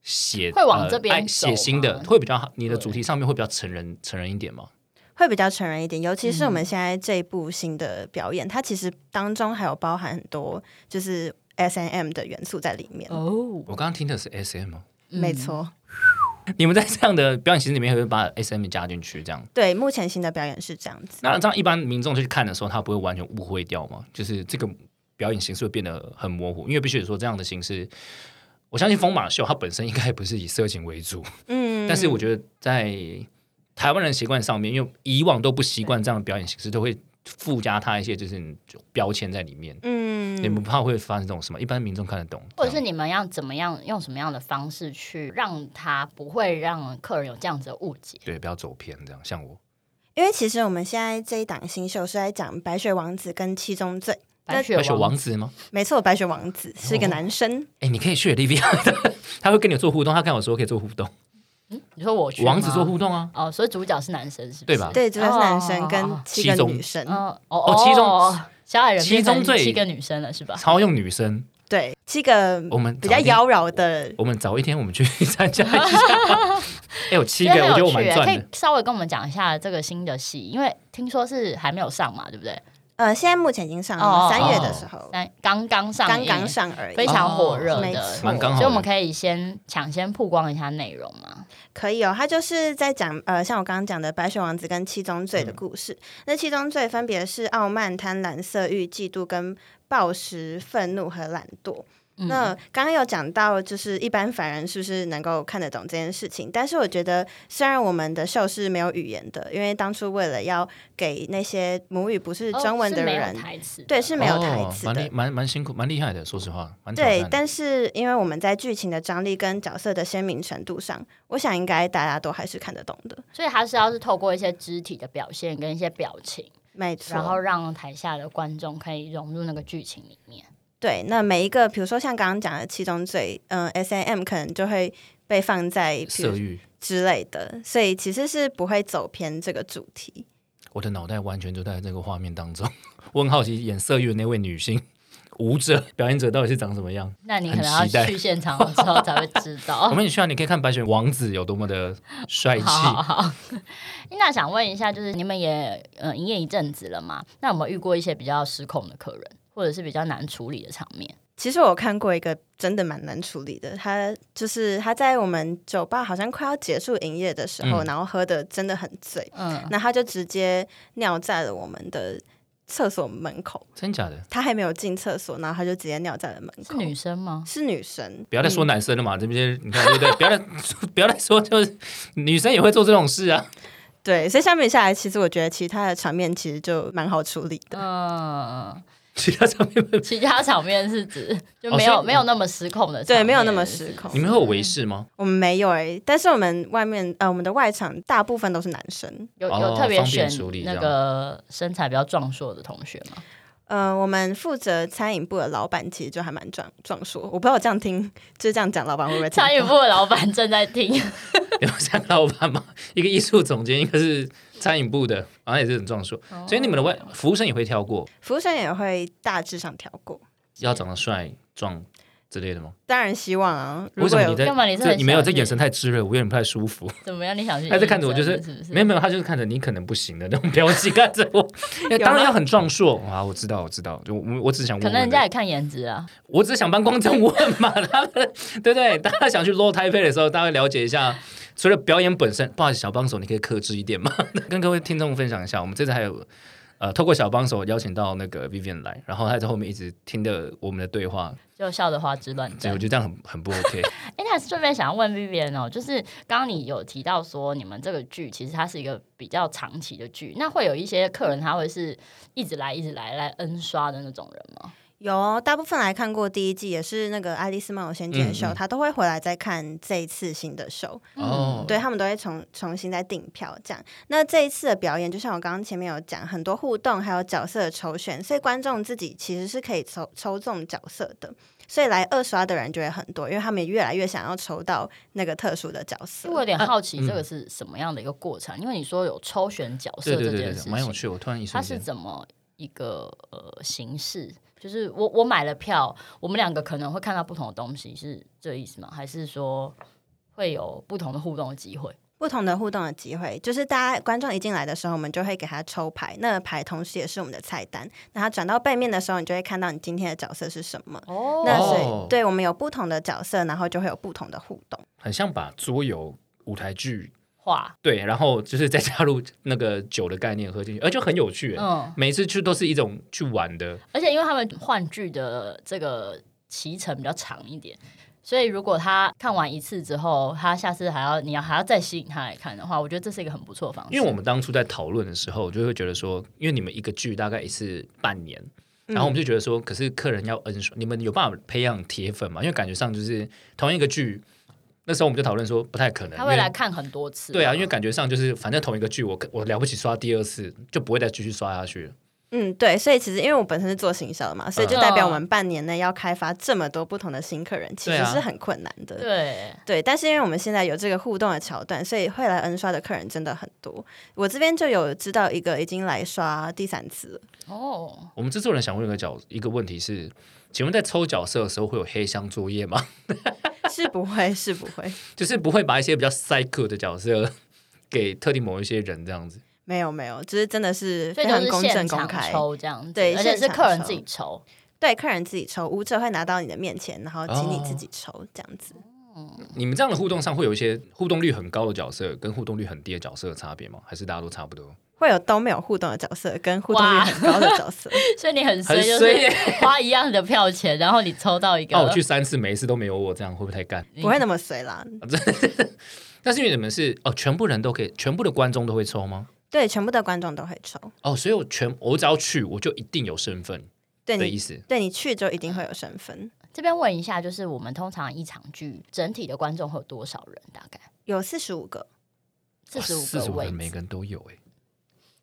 [SPEAKER 3] 血
[SPEAKER 1] 会往这边
[SPEAKER 3] 呃爱
[SPEAKER 1] 走
[SPEAKER 3] 血腥的
[SPEAKER 1] 吗，
[SPEAKER 3] 会比较你的
[SPEAKER 1] 对
[SPEAKER 3] 主题上面会比较成人成人一点嘛？
[SPEAKER 2] 会比较成人一点，尤其是我们现在这一部新的表演，它其实当中还有包含很多就是 S N M 的元素在里面。
[SPEAKER 1] 哦，
[SPEAKER 3] 我刚刚听的是 S M，、哦、
[SPEAKER 1] 嗯
[SPEAKER 2] 没错，
[SPEAKER 3] 你们在这样的表演形式里面会不会把 S M 加进去？这样，
[SPEAKER 2] 对，目前新的表演是这样子。
[SPEAKER 3] 那这样一般民众去看的时候，他不会完全误会掉吗？就是这个表演形式会变得很模糊，因为必须得说这样的形式，我相信疯马秀它本身应该不是以色情为主，
[SPEAKER 1] *laughs*
[SPEAKER 2] 嗯，
[SPEAKER 3] 但是我觉得在台湾人习惯上面，因为以往都不习惯这样的表演形式，都会附加它一些就是标签在里面。
[SPEAKER 2] 嗯
[SPEAKER 3] 你们不怕会发生这种什么？一般民众看得懂，
[SPEAKER 1] 或者
[SPEAKER 3] 这
[SPEAKER 1] 是
[SPEAKER 3] 样
[SPEAKER 1] 你们要怎么样用什么样的方式去让他不会让客人有这样子的误解？
[SPEAKER 3] 对，不要走偏这样。像我，
[SPEAKER 2] 因为其实我们现在这一档新秀是在讲白雪王子跟七宗罪，
[SPEAKER 1] 白雪
[SPEAKER 3] 要选哎王子吗？
[SPEAKER 2] 没错，白雪王子是一
[SPEAKER 1] 哦
[SPEAKER 2] 个男生，
[SPEAKER 3] 哎、你可以学 Livia，他 *laughs* 会跟你做互动，他看我说可以做互动，
[SPEAKER 1] 你说我去
[SPEAKER 3] 王子
[SPEAKER 1] 吗
[SPEAKER 3] 做互动啊。
[SPEAKER 1] 哦，所以主角是男生，是不
[SPEAKER 3] 对
[SPEAKER 1] 是？
[SPEAKER 3] 吧
[SPEAKER 2] 对，主要是男生跟
[SPEAKER 1] 啊哦
[SPEAKER 2] 七
[SPEAKER 3] 七
[SPEAKER 2] 个
[SPEAKER 3] 宗
[SPEAKER 2] 女生，
[SPEAKER 1] 哦哦
[SPEAKER 3] 哦七宗
[SPEAKER 1] 哦小矮人
[SPEAKER 3] 七宗
[SPEAKER 1] 变成
[SPEAKER 3] 罪
[SPEAKER 1] 七个女生了是吧？
[SPEAKER 3] 超用女生，
[SPEAKER 2] 对，七个
[SPEAKER 3] 我们
[SPEAKER 2] 比较
[SPEAKER 3] 找一天
[SPEAKER 2] 妖娆的。
[SPEAKER 3] 我们早一天我们去 *laughs* 参加一
[SPEAKER 2] *laughs*
[SPEAKER 3] 下。哎、有七个，
[SPEAKER 1] 真的
[SPEAKER 3] 我觉得我
[SPEAKER 1] 很
[SPEAKER 3] 蛮
[SPEAKER 1] 有趣
[SPEAKER 2] 啊
[SPEAKER 1] 耶可
[SPEAKER 3] 赚
[SPEAKER 1] 以
[SPEAKER 3] 的。
[SPEAKER 1] 稍微跟我们讲一下这个新的戏，因为听说是还没有上嘛，对不对？
[SPEAKER 2] 呃，现在目前已经上
[SPEAKER 1] 哦
[SPEAKER 2] 了，三月的时候
[SPEAKER 1] 但刚刚上，
[SPEAKER 2] 刚刚，上而已
[SPEAKER 1] 非。常火热
[SPEAKER 2] 哦没
[SPEAKER 1] 的，
[SPEAKER 2] 错
[SPEAKER 3] 蛮刚好的
[SPEAKER 1] 所以我们可以先抢先曝光一下内容嘛。
[SPEAKER 2] 可以哦，他就是在讲呃，像我刚刚讲的白雪王子跟七宗罪的
[SPEAKER 3] 嗯
[SPEAKER 2] 故事。那七宗罪分别是傲慢、贪婪、色欲、嫉妒跟暴食、愤怒和懒惰。
[SPEAKER 1] 嗯
[SPEAKER 2] 那刚刚有讲到，就是一般凡人是不是能够看得懂这件事情？但是我觉得，虽然我们的秀是没有语言的，因为当初为了要给那些母语不是中文
[SPEAKER 1] 哦是
[SPEAKER 2] 的
[SPEAKER 1] 没有
[SPEAKER 2] 人，
[SPEAKER 1] 台词的，
[SPEAKER 2] 对是没有台词
[SPEAKER 3] 哦蛮
[SPEAKER 2] 的
[SPEAKER 3] 厉蛮蛮辛苦，蛮厉害的。说实话，蛮挑战
[SPEAKER 2] 对
[SPEAKER 3] 的，
[SPEAKER 2] 但是因为我们在剧情的张力跟角色的鲜明程度上，我想应该大家都还是看得懂的。
[SPEAKER 1] 所以他是要是透过一些肢体的表现跟一些表情，
[SPEAKER 2] 没错。
[SPEAKER 1] 然后让台下的观众可以融入那个剧情里面。
[SPEAKER 2] 对，那每一个，比如说像刚刚讲的七宗罪，嗯、s a m 可能就会被放在比如
[SPEAKER 3] 色欲，
[SPEAKER 2] 之类的，所以其实是不会走偏这个主题。
[SPEAKER 3] 我的脑袋完全就在这个画面当中。 *laughs* 我很好奇演色欲的那位女性舞者表演者到底是长什么样。
[SPEAKER 1] 那你可
[SPEAKER 3] 很
[SPEAKER 1] 能要
[SPEAKER 3] 期待
[SPEAKER 1] 去现场之后才会知
[SPEAKER 2] 哦
[SPEAKER 1] 道
[SPEAKER 3] *laughs* 我。们也希望你可以看白雪王子有多么的帅气。
[SPEAKER 1] 好好好，那想问一下，就是你们也呃营业一阵子了嘛？那有没有遇过一些比较失控的客人，或者是比较难处理的场面？
[SPEAKER 2] 其实我有看过一个真的蛮难处理的，他就是他在我们酒吧好像快要结束营业的时候，
[SPEAKER 3] 嗯啊
[SPEAKER 2] 然后喝的真的很醉，
[SPEAKER 1] 嗯，
[SPEAKER 2] 那他就直接尿在了我们的厕所门口，
[SPEAKER 3] 真假的？
[SPEAKER 2] 他还没有进厕所，然后他就直接尿在了门
[SPEAKER 1] 是
[SPEAKER 2] 口。
[SPEAKER 1] 女生吗？
[SPEAKER 2] 是女生，嗯
[SPEAKER 3] 不要再说男生了嘛，这边你看对不对？不要再不要再说，就是女生也会做这种事啊。
[SPEAKER 2] 对，所以相比下来，其实我觉得其他的场面其实就蛮好处理的。
[SPEAKER 1] 嗯，
[SPEAKER 3] 其他上面会 *laughs*
[SPEAKER 1] 其他场面是指就
[SPEAKER 3] 哦
[SPEAKER 1] 没有、
[SPEAKER 3] 所以
[SPEAKER 1] 没有那么失控的，
[SPEAKER 3] 啊
[SPEAKER 2] 对，没有那么失。控
[SPEAKER 3] 你。们会有围视吗？
[SPEAKER 2] 我们没有哎、但是我们外面呃，我们的外场大部分都是男生。
[SPEAKER 1] 有
[SPEAKER 3] 哦
[SPEAKER 1] 有特别
[SPEAKER 3] 方便
[SPEAKER 1] 选
[SPEAKER 3] 处理这
[SPEAKER 1] 那
[SPEAKER 3] 样
[SPEAKER 1] 个身材比较壮硕的同学吗？ *laughs*
[SPEAKER 2] 呃，我们负责餐饮部的老板其实就还蛮壮壮硕，我不知道我这样听就是这样讲，老板会不会听？
[SPEAKER 1] 餐饮部的老板正在听，
[SPEAKER 3] 有三个老板吗？一个艺术总监，一个是餐饮部的，好像也是很壮硕。 *laughs* 所以你们的外
[SPEAKER 1] 哦
[SPEAKER 3] 服务生也会挑过，
[SPEAKER 2] 服务生也会大致上调过，
[SPEAKER 3] 要长得帅、壮之类的吗？
[SPEAKER 2] 当然希望啊。如
[SPEAKER 3] 为什
[SPEAKER 2] 果
[SPEAKER 3] 么你
[SPEAKER 2] 有
[SPEAKER 3] 在
[SPEAKER 1] 干嘛你是
[SPEAKER 3] 这
[SPEAKER 1] 很
[SPEAKER 3] 你没有
[SPEAKER 1] 小
[SPEAKER 3] 这
[SPEAKER 1] 气
[SPEAKER 3] 眼神太炙热，我有点不太舒服。
[SPEAKER 1] *laughs* 怎么样？你想去应
[SPEAKER 3] 他
[SPEAKER 1] 征？
[SPEAKER 3] 在看着我就是
[SPEAKER 1] 是不是
[SPEAKER 3] 没有没有，他就是看着你可能不行的那种 *laughs* 表情看
[SPEAKER 1] *laughs*
[SPEAKER 3] 着我。哎当然要很壮硕啊！我知道，我知道，就我我只想
[SPEAKER 1] 可
[SPEAKER 3] 问
[SPEAKER 1] 能人
[SPEAKER 3] 问而
[SPEAKER 1] 家
[SPEAKER 3] 已，
[SPEAKER 1] 也看颜值啊。
[SPEAKER 3] 我只想帮观众问嘛，他们对不对？大家想去 low 台北的时候，大家了解一下。除了表演本身，不好意思，小帮手，你可以克制一点吗？跟各位听众分享一下，我们这次还有呃，透过小帮手邀请到那个 Vivian 来，然后他在后面一直听的我们的对话，
[SPEAKER 1] 就笑得花枝乱
[SPEAKER 3] 所
[SPEAKER 1] 颤
[SPEAKER 3] 以我，觉得这样很很不 OK。
[SPEAKER 1] 哎、那顺便想要问 Vivian 哦，就是刚刚你有提到说你们这个剧其实它是一个比较长期的剧，那会有一些客人他会是一直来一直来来 N 刷的那种人吗？
[SPEAKER 2] 有哦大部分来看过第一季，也是那个《爱丽丝梦游仙境》的秀，
[SPEAKER 3] 嗯嗯
[SPEAKER 2] 他都会回来再看这一次新的秀。
[SPEAKER 1] 嗯
[SPEAKER 3] 哦，
[SPEAKER 2] 对他们都会重重新再订票这样。那这一次的表演，就像我刚刚前面有讲，很多互动还有角色的抽选，所以观众自己其实是可以抽抽中角色的。所以来二刷的人就会很多，因为他们也越来越想要抽到那个特殊的角
[SPEAKER 1] 其实。
[SPEAKER 2] 色
[SPEAKER 1] 我有
[SPEAKER 3] 啊
[SPEAKER 1] 点好奇这个是什么样的一个过程，因为你说有抽选角色
[SPEAKER 3] 嗯对对
[SPEAKER 1] 这
[SPEAKER 3] 对
[SPEAKER 1] 件
[SPEAKER 3] 对
[SPEAKER 1] 事
[SPEAKER 3] 对，
[SPEAKER 1] 情，
[SPEAKER 3] 蛮有趣。我突然一
[SPEAKER 1] 它
[SPEAKER 3] 瞬
[SPEAKER 1] 是
[SPEAKER 3] 间，
[SPEAKER 1] 怎么一个呃形式？就是我我买了票，我们两个可能会看到不同的东西，是这个意思吗？还是说会有不同的互动的机会？
[SPEAKER 2] 不同的互动的机会，就是大家观众一进来的时候，我们就会给他抽牌，那牌同时也是我们的菜单。那他转到背面的时候，你就会看到你今天的角色是什么。
[SPEAKER 1] 哦
[SPEAKER 2] 那所
[SPEAKER 3] 哦
[SPEAKER 2] 以，对我们有不同的角色，然后就会有不同的互动。
[SPEAKER 3] 很像把桌游舞台剧
[SPEAKER 1] 画，
[SPEAKER 3] 对，然后就是再加入那个酒的概念喝进去，而且很有趣耶。
[SPEAKER 1] 嗯，
[SPEAKER 3] 每一次去都是一种去玩的，
[SPEAKER 1] 而且因为他们换剧的这个期程比较长一点，所以如果他看完一次之后，他下次还要你要还要再吸引他来看的话，我觉得这是一个很不错的方式。
[SPEAKER 3] 因为我们当初在讨论的时候，就会觉得说，因为你们一个剧大概一次半年，然后我们就
[SPEAKER 1] 嗯
[SPEAKER 3] 觉得说，可是客人要恩爽，你们有办法培养铁粉嘛？因为感觉上就是同一个剧，那时候我们就讨论说不太可能，
[SPEAKER 1] 他会
[SPEAKER 3] 因为
[SPEAKER 1] 来看很多次，
[SPEAKER 3] 对啊，因为感觉上就是反正同一个剧，我我了不起刷第二次就不会再继续刷下去了。
[SPEAKER 2] 嗯，对，所以其实因为我本身是做行销的嘛，所以就
[SPEAKER 1] 嗯
[SPEAKER 2] 代表我们半年内要开发这么多不同的新客人，其
[SPEAKER 3] 对
[SPEAKER 2] 实
[SPEAKER 3] 啊
[SPEAKER 2] 是很困难的。
[SPEAKER 1] 对，
[SPEAKER 2] 对，但是因为我们现在有这个互动的桥段，所以会来 N 刷的客人真的很多。我这边就有知道一个已经来刷第三次了， *laughs*
[SPEAKER 1] 哦，
[SPEAKER 3] 我们制作人想问一个角一个问题是，请问在抽角色的时候会有黑箱作业吗？ *laughs*
[SPEAKER 2] 是不会，是不会，
[SPEAKER 3] 就是不会把一些比较 psycho 的角色 *laughs* 给特定某一些人这样子。
[SPEAKER 2] 没有没有，就是真的是
[SPEAKER 1] 所
[SPEAKER 2] 非
[SPEAKER 1] 以就
[SPEAKER 2] 常
[SPEAKER 1] 是
[SPEAKER 2] 公
[SPEAKER 1] 现
[SPEAKER 2] 正公
[SPEAKER 1] 场
[SPEAKER 2] 开。
[SPEAKER 1] 抽这样子，
[SPEAKER 2] 对
[SPEAKER 1] 而且是
[SPEAKER 2] 现场
[SPEAKER 1] 客人
[SPEAKER 2] 抽
[SPEAKER 1] 自己抽，
[SPEAKER 2] 对，客人自己抽，舞者会拿到你的面前，然后请你自己抽，这样子。
[SPEAKER 3] 你们这样的互动上会有一些互动率很高的角色跟互动率很低的角色的差别吗？还是大家都差不多？
[SPEAKER 2] 会有都没有互动的角色，跟互动率很高的角色。
[SPEAKER 1] 所以你很衰，
[SPEAKER 3] 很
[SPEAKER 1] 就
[SPEAKER 3] 衰
[SPEAKER 1] 是花一样的票钱，然后你抽到一个，
[SPEAKER 3] 那哦我去三次，每一次都没有我，这样会不会太干？
[SPEAKER 2] 不会那么随啦，
[SPEAKER 3] 但是因为你们是哦，全部人都可以，全部的观众都会抽吗？
[SPEAKER 2] 对，全部的观众都会抽。
[SPEAKER 3] 哦，所以我全我只要去，我就一定有身份
[SPEAKER 2] 对
[SPEAKER 3] 的
[SPEAKER 2] 你
[SPEAKER 3] 意思。
[SPEAKER 2] 对你去就一定会有身份。
[SPEAKER 1] 这边问一下，就是我们通常一场剧整体的观众会有多少人？大概
[SPEAKER 2] 有四十五个，
[SPEAKER 1] 四十五
[SPEAKER 3] 四十
[SPEAKER 1] 个
[SPEAKER 3] 五
[SPEAKER 1] 位
[SPEAKER 3] 人，每
[SPEAKER 1] 置，
[SPEAKER 3] 个人都有哎、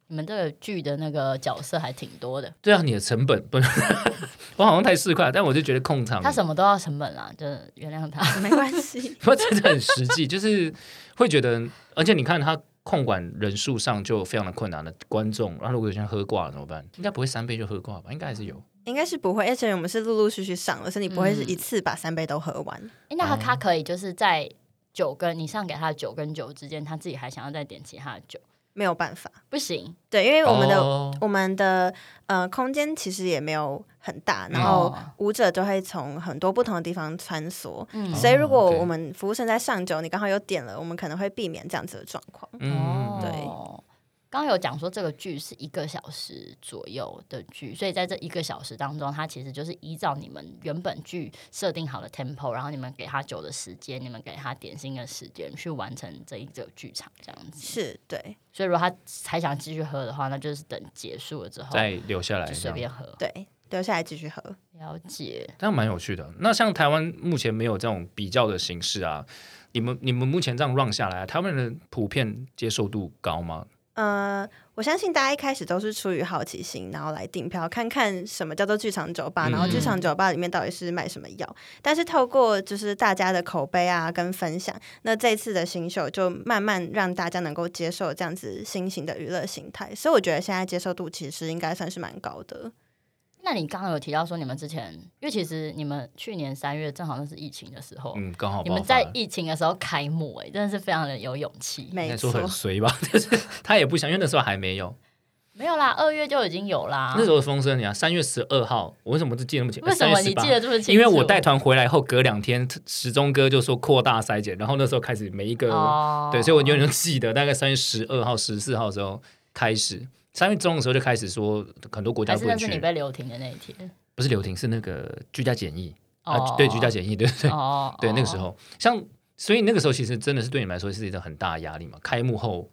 [SPEAKER 1] 你们这个剧的那个角色还挺多的，
[SPEAKER 3] 对啊，你的成本不是， *laughs* 我好像太市侩，但我就觉得控场，
[SPEAKER 1] 他什么都要成本啦，就是原谅他。
[SPEAKER 2] *laughs*
[SPEAKER 1] *laughs*
[SPEAKER 2] 没关系，
[SPEAKER 3] *laughs* 不过真的很实际，就是会觉得，而且你看他控管人数上就非常的困难了。观众，然后如果有些人喝挂了怎么办？应该不会三杯就喝挂吧？应该还是有。
[SPEAKER 2] 应该是不会。而且我们是陆陆续续上了，所以你不会是一次把三杯都喝完。
[SPEAKER 1] 诶
[SPEAKER 3] 嗯
[SPEAKER 1] 那他他可以就是在酒跟你上给他的酒跟酒之间，他自己还想要再点其他的酒，
[SPEAKER 2] 没有办法。
[SPEAKER 1] 不行。
[SPEAKER 2] 对，因为我们的、
[SPEAKER 3] 哦
[SPEAKER 2] 我们的呃空间其实也没有很大，然后
[SPEAKER 3] 哦
[SPEAKER 2] 舞者就会从很多不同的地方穿梭。
[SPEAKER 1] 嗯
[SPEAKER 2] 所以，如果
[SPEAKER 3] 哦，OK
[SPEAKER 2] 我们服务生在上酒，你刚好有点了，我们可能会避免这样子的状况。
[SPEAKER 3] 嗯，
[SPEAKER 2] 对
[SPEAKER 1] 哦刚刚有讲说这个剧是一个小时左右的剧，所以在这一个小时当中，它其实就是依照你们原本剧设定好的 tempo，然后你们给他酒的时间，你们给他点心的时间去完成这一个剧场这样子。
[SPEAKER 2] 是对
[SPEAKER 1] 所以如果他还想继续喝的话，那就是等结束了之后
[SPEAKER 3] 再留下来
[SPEAKER 1] 就
[SPEAKER 3] 这
[SPEAKER 1] 随
[SPEAKER 3] 样，
[SPEAKER 1] 便喝。
[SPEAKER 2] 对，留下来继续喝。
[SPEAKER 1] 了解，
[SPEAKER 3] 但蛮有趣的。那像台湾目前没有这种比较的形式啊，你们你们目前这样 run 下来啊，台湾人普遍接受度高吗？
[SPEAKER 2] 呃，我相信大家一开始都是出于好奇心，然后来订票看看什么叫做剧场酒吧，
[SPEAKER 3] 嗯
[SPEAKER 2] 然后剧场酒吧里面到底是卖什么药。但是透过就是大家的口碑啊跟分享，那这次的新秀就慢慢让大家能够接受这样子新型的娱乐形态，所以我觉得现在接受度其实应该算是蛮高的。
[SPEAKER 1] 那你刚刚有提到说你们之前，因为其实你们去年三月正好那是疫情的时候，
[SPEAKER 3] 嗯，刚好
[SPEAKER 1] 你
[SPEAKER 3] 爆
[SPEAKER 1] 们
[SPEAKER 3] 发
[SPEAKER 1] 在疫情的时候开幕、哎，真的是非常的有勇气。
[SPEAKER 3] 应
[SPEAKER 2] 没
[SPEAKER 3] 该说
[SPEAKER 2] 错，
[SPEAKER 3] 很随吧， *laughs* 就是他也不想，因为那时候还没有，
[SPEAKER 1] 没有啦，二月就已经有啦。
[SPEAKER 3] 那时候风声你啊，三月十二号，我为什么是记得那么清？呃
[SPEAKER 1] 为什么
[SPEAKER 3] 3月
[SPEAKER 1] 你
[SPEAKER 3] 18
[SPEAKER 1] 记得这么清楚？
[SPEAKER 3] 因为我带团回来后，隔两天时钟哥就说扩大筛检，然后那时候开始每一个、
[SPEAKER 1] 哦
[SPEAKER 3] 对，所以我永远都记得，大概三月十二号、十四号的时候开始，三月中的时候就开始说很多国家
[SPEAKER 1] 还
[SPEAKER 3] 不
[SPEAKER 1] 是那
[SPEAKER 3] 能
[SPEAKER 1] 是你
[SPEAKER 3] 去，
[SPEAKER 1] 被留停的那一天。
[SPEAKER 3] 不是留停，是那个居家检疫、
[SPEAKER 1] 哦
[SPEAKER 3] 啊，对，居家检疫，对对对、
[SPEAKER 1] 哦，
[SPEAKER 3] 对，那个时
[SPEAKER 1] 哦，
[SPEAKER 3] 候，像所以那个时候其实真的是对你们来说是一个很大的压力嘛，开幕后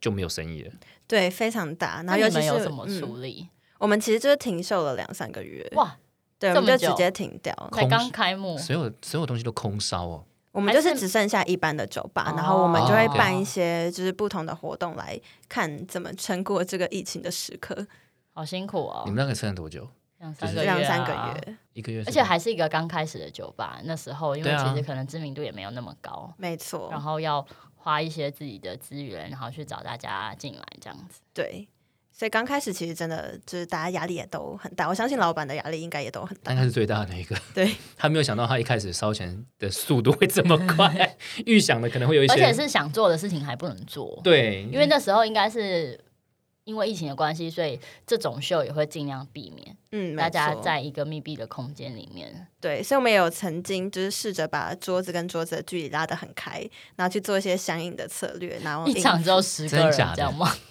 [SPEAKER 3] 就没有生意了，
[SPEAKER 2] 对，非常大。然
[SPEAKER 1] 那
[SPEAKER 2] 后
[SPEAKER 1] 你
[SPEAKER 2] 尤其
[SPEAKER 1] 们
[SPEAKER 2] 是
[SPEAKER 1] 有怎么
[SPEAKER 2] 嗯，
[SPEAKER 1] 处理？
[SPEAKER 2] 我们其实就是停售了两三个月，
[SPEAKER 1] 哇，
[SPEAKER 2] 对，
[SPEAKER 1] 这
[SPEAKER 2] 我们
[SPEAKER 1] 么
[SPEAKER 2] 就
[SPEAKER 1] 久
[SPEAKER 2] 直接停掉。
[SPEAKER 1] 才
[SPEAKER 3] 空
[SPEAKER 1] 刚开幕，
[SPEAKER 3] 所有所有东西都空烧哦。
[SPEAKER 2] 我们
[SPEAKER 1] 还
[SPEAKER 2] 就是
[SPEAKER 1] 是
[SPEAKER 2] 只剩下一般的酒吧
[SPEAKER 1] 哦，
[SPEAKER 2] 然后我们就会办一些就是不同的活动来看怎么撑过这个疫情的时刻，
[SPEAKER 1] 好辛苦哦
[SPEAKER 3] 你，们大概撑了多久？
[SPEAKER 1] 两三
[SPEAKER 3] 就
[SPEAKER 1] 个
[SPEAKER 3] 是
[SPEAKER 1] 月啊，
[SPEAKER 2] 两三个月，
[SPEAKER 3] 一个月是吧，
[SPEAKER 1] 而且还是一个刚开始的酒吧，那时候因为
[SPEAKER 3] 对啊
[SPEAKER 1] 其实可能知名度也没有那么高，
[SPEAKER 2] 没
[SPEAKER 1] 然
[SPEAKER 2] 错，
[SPEAKER 1] 后要花一些自己的资源，然后去找大家进来这样子。
[SPEAKER 2] 对。所以刚开始其实真的就是大家压力也都很大，我相信老板的压力应该也都很
[SPEAKER 3] 大
[SPEAKER 2] 大。
[SPEAKER 3] 概是最大的一个。
[SPEAKER 1] *laughs*
[SPEAKER 2] 对，
[SPEAKER 3] 他没有想到他一开始烧钱的速度会这么
[SPEAKER 1] *laughs*
[SPEAKER 3] 快，预想的可能会有一些，
[SPEAKER 1] 而且是想做的事情还不能做，
[SPEAKER 3] 对，
[SPEAKER 1] 因为那时候应该是因为疫情的关系，所以这种秀也会尽量避免
[SPEAKER 2] 嗯，
[SPEAKER 1] 大家
[SPEAKER 2] 没错
[SPEAKER 1] 在一个密闭的空间里面。
[SPEAKER 2] 对，所以我们也有曾经就是试着把桌子跟桌子的距离拉得很开，然后去做一些相应的策略，然后
[SPEAKER 1] 一场只有十个
[SPEAKER 3] 真假
[SPEAKER 1] 人
[SPEAKER 3] 的
[SPEAKER 1] 这样吗？
[SPEAKER 2] *laughs*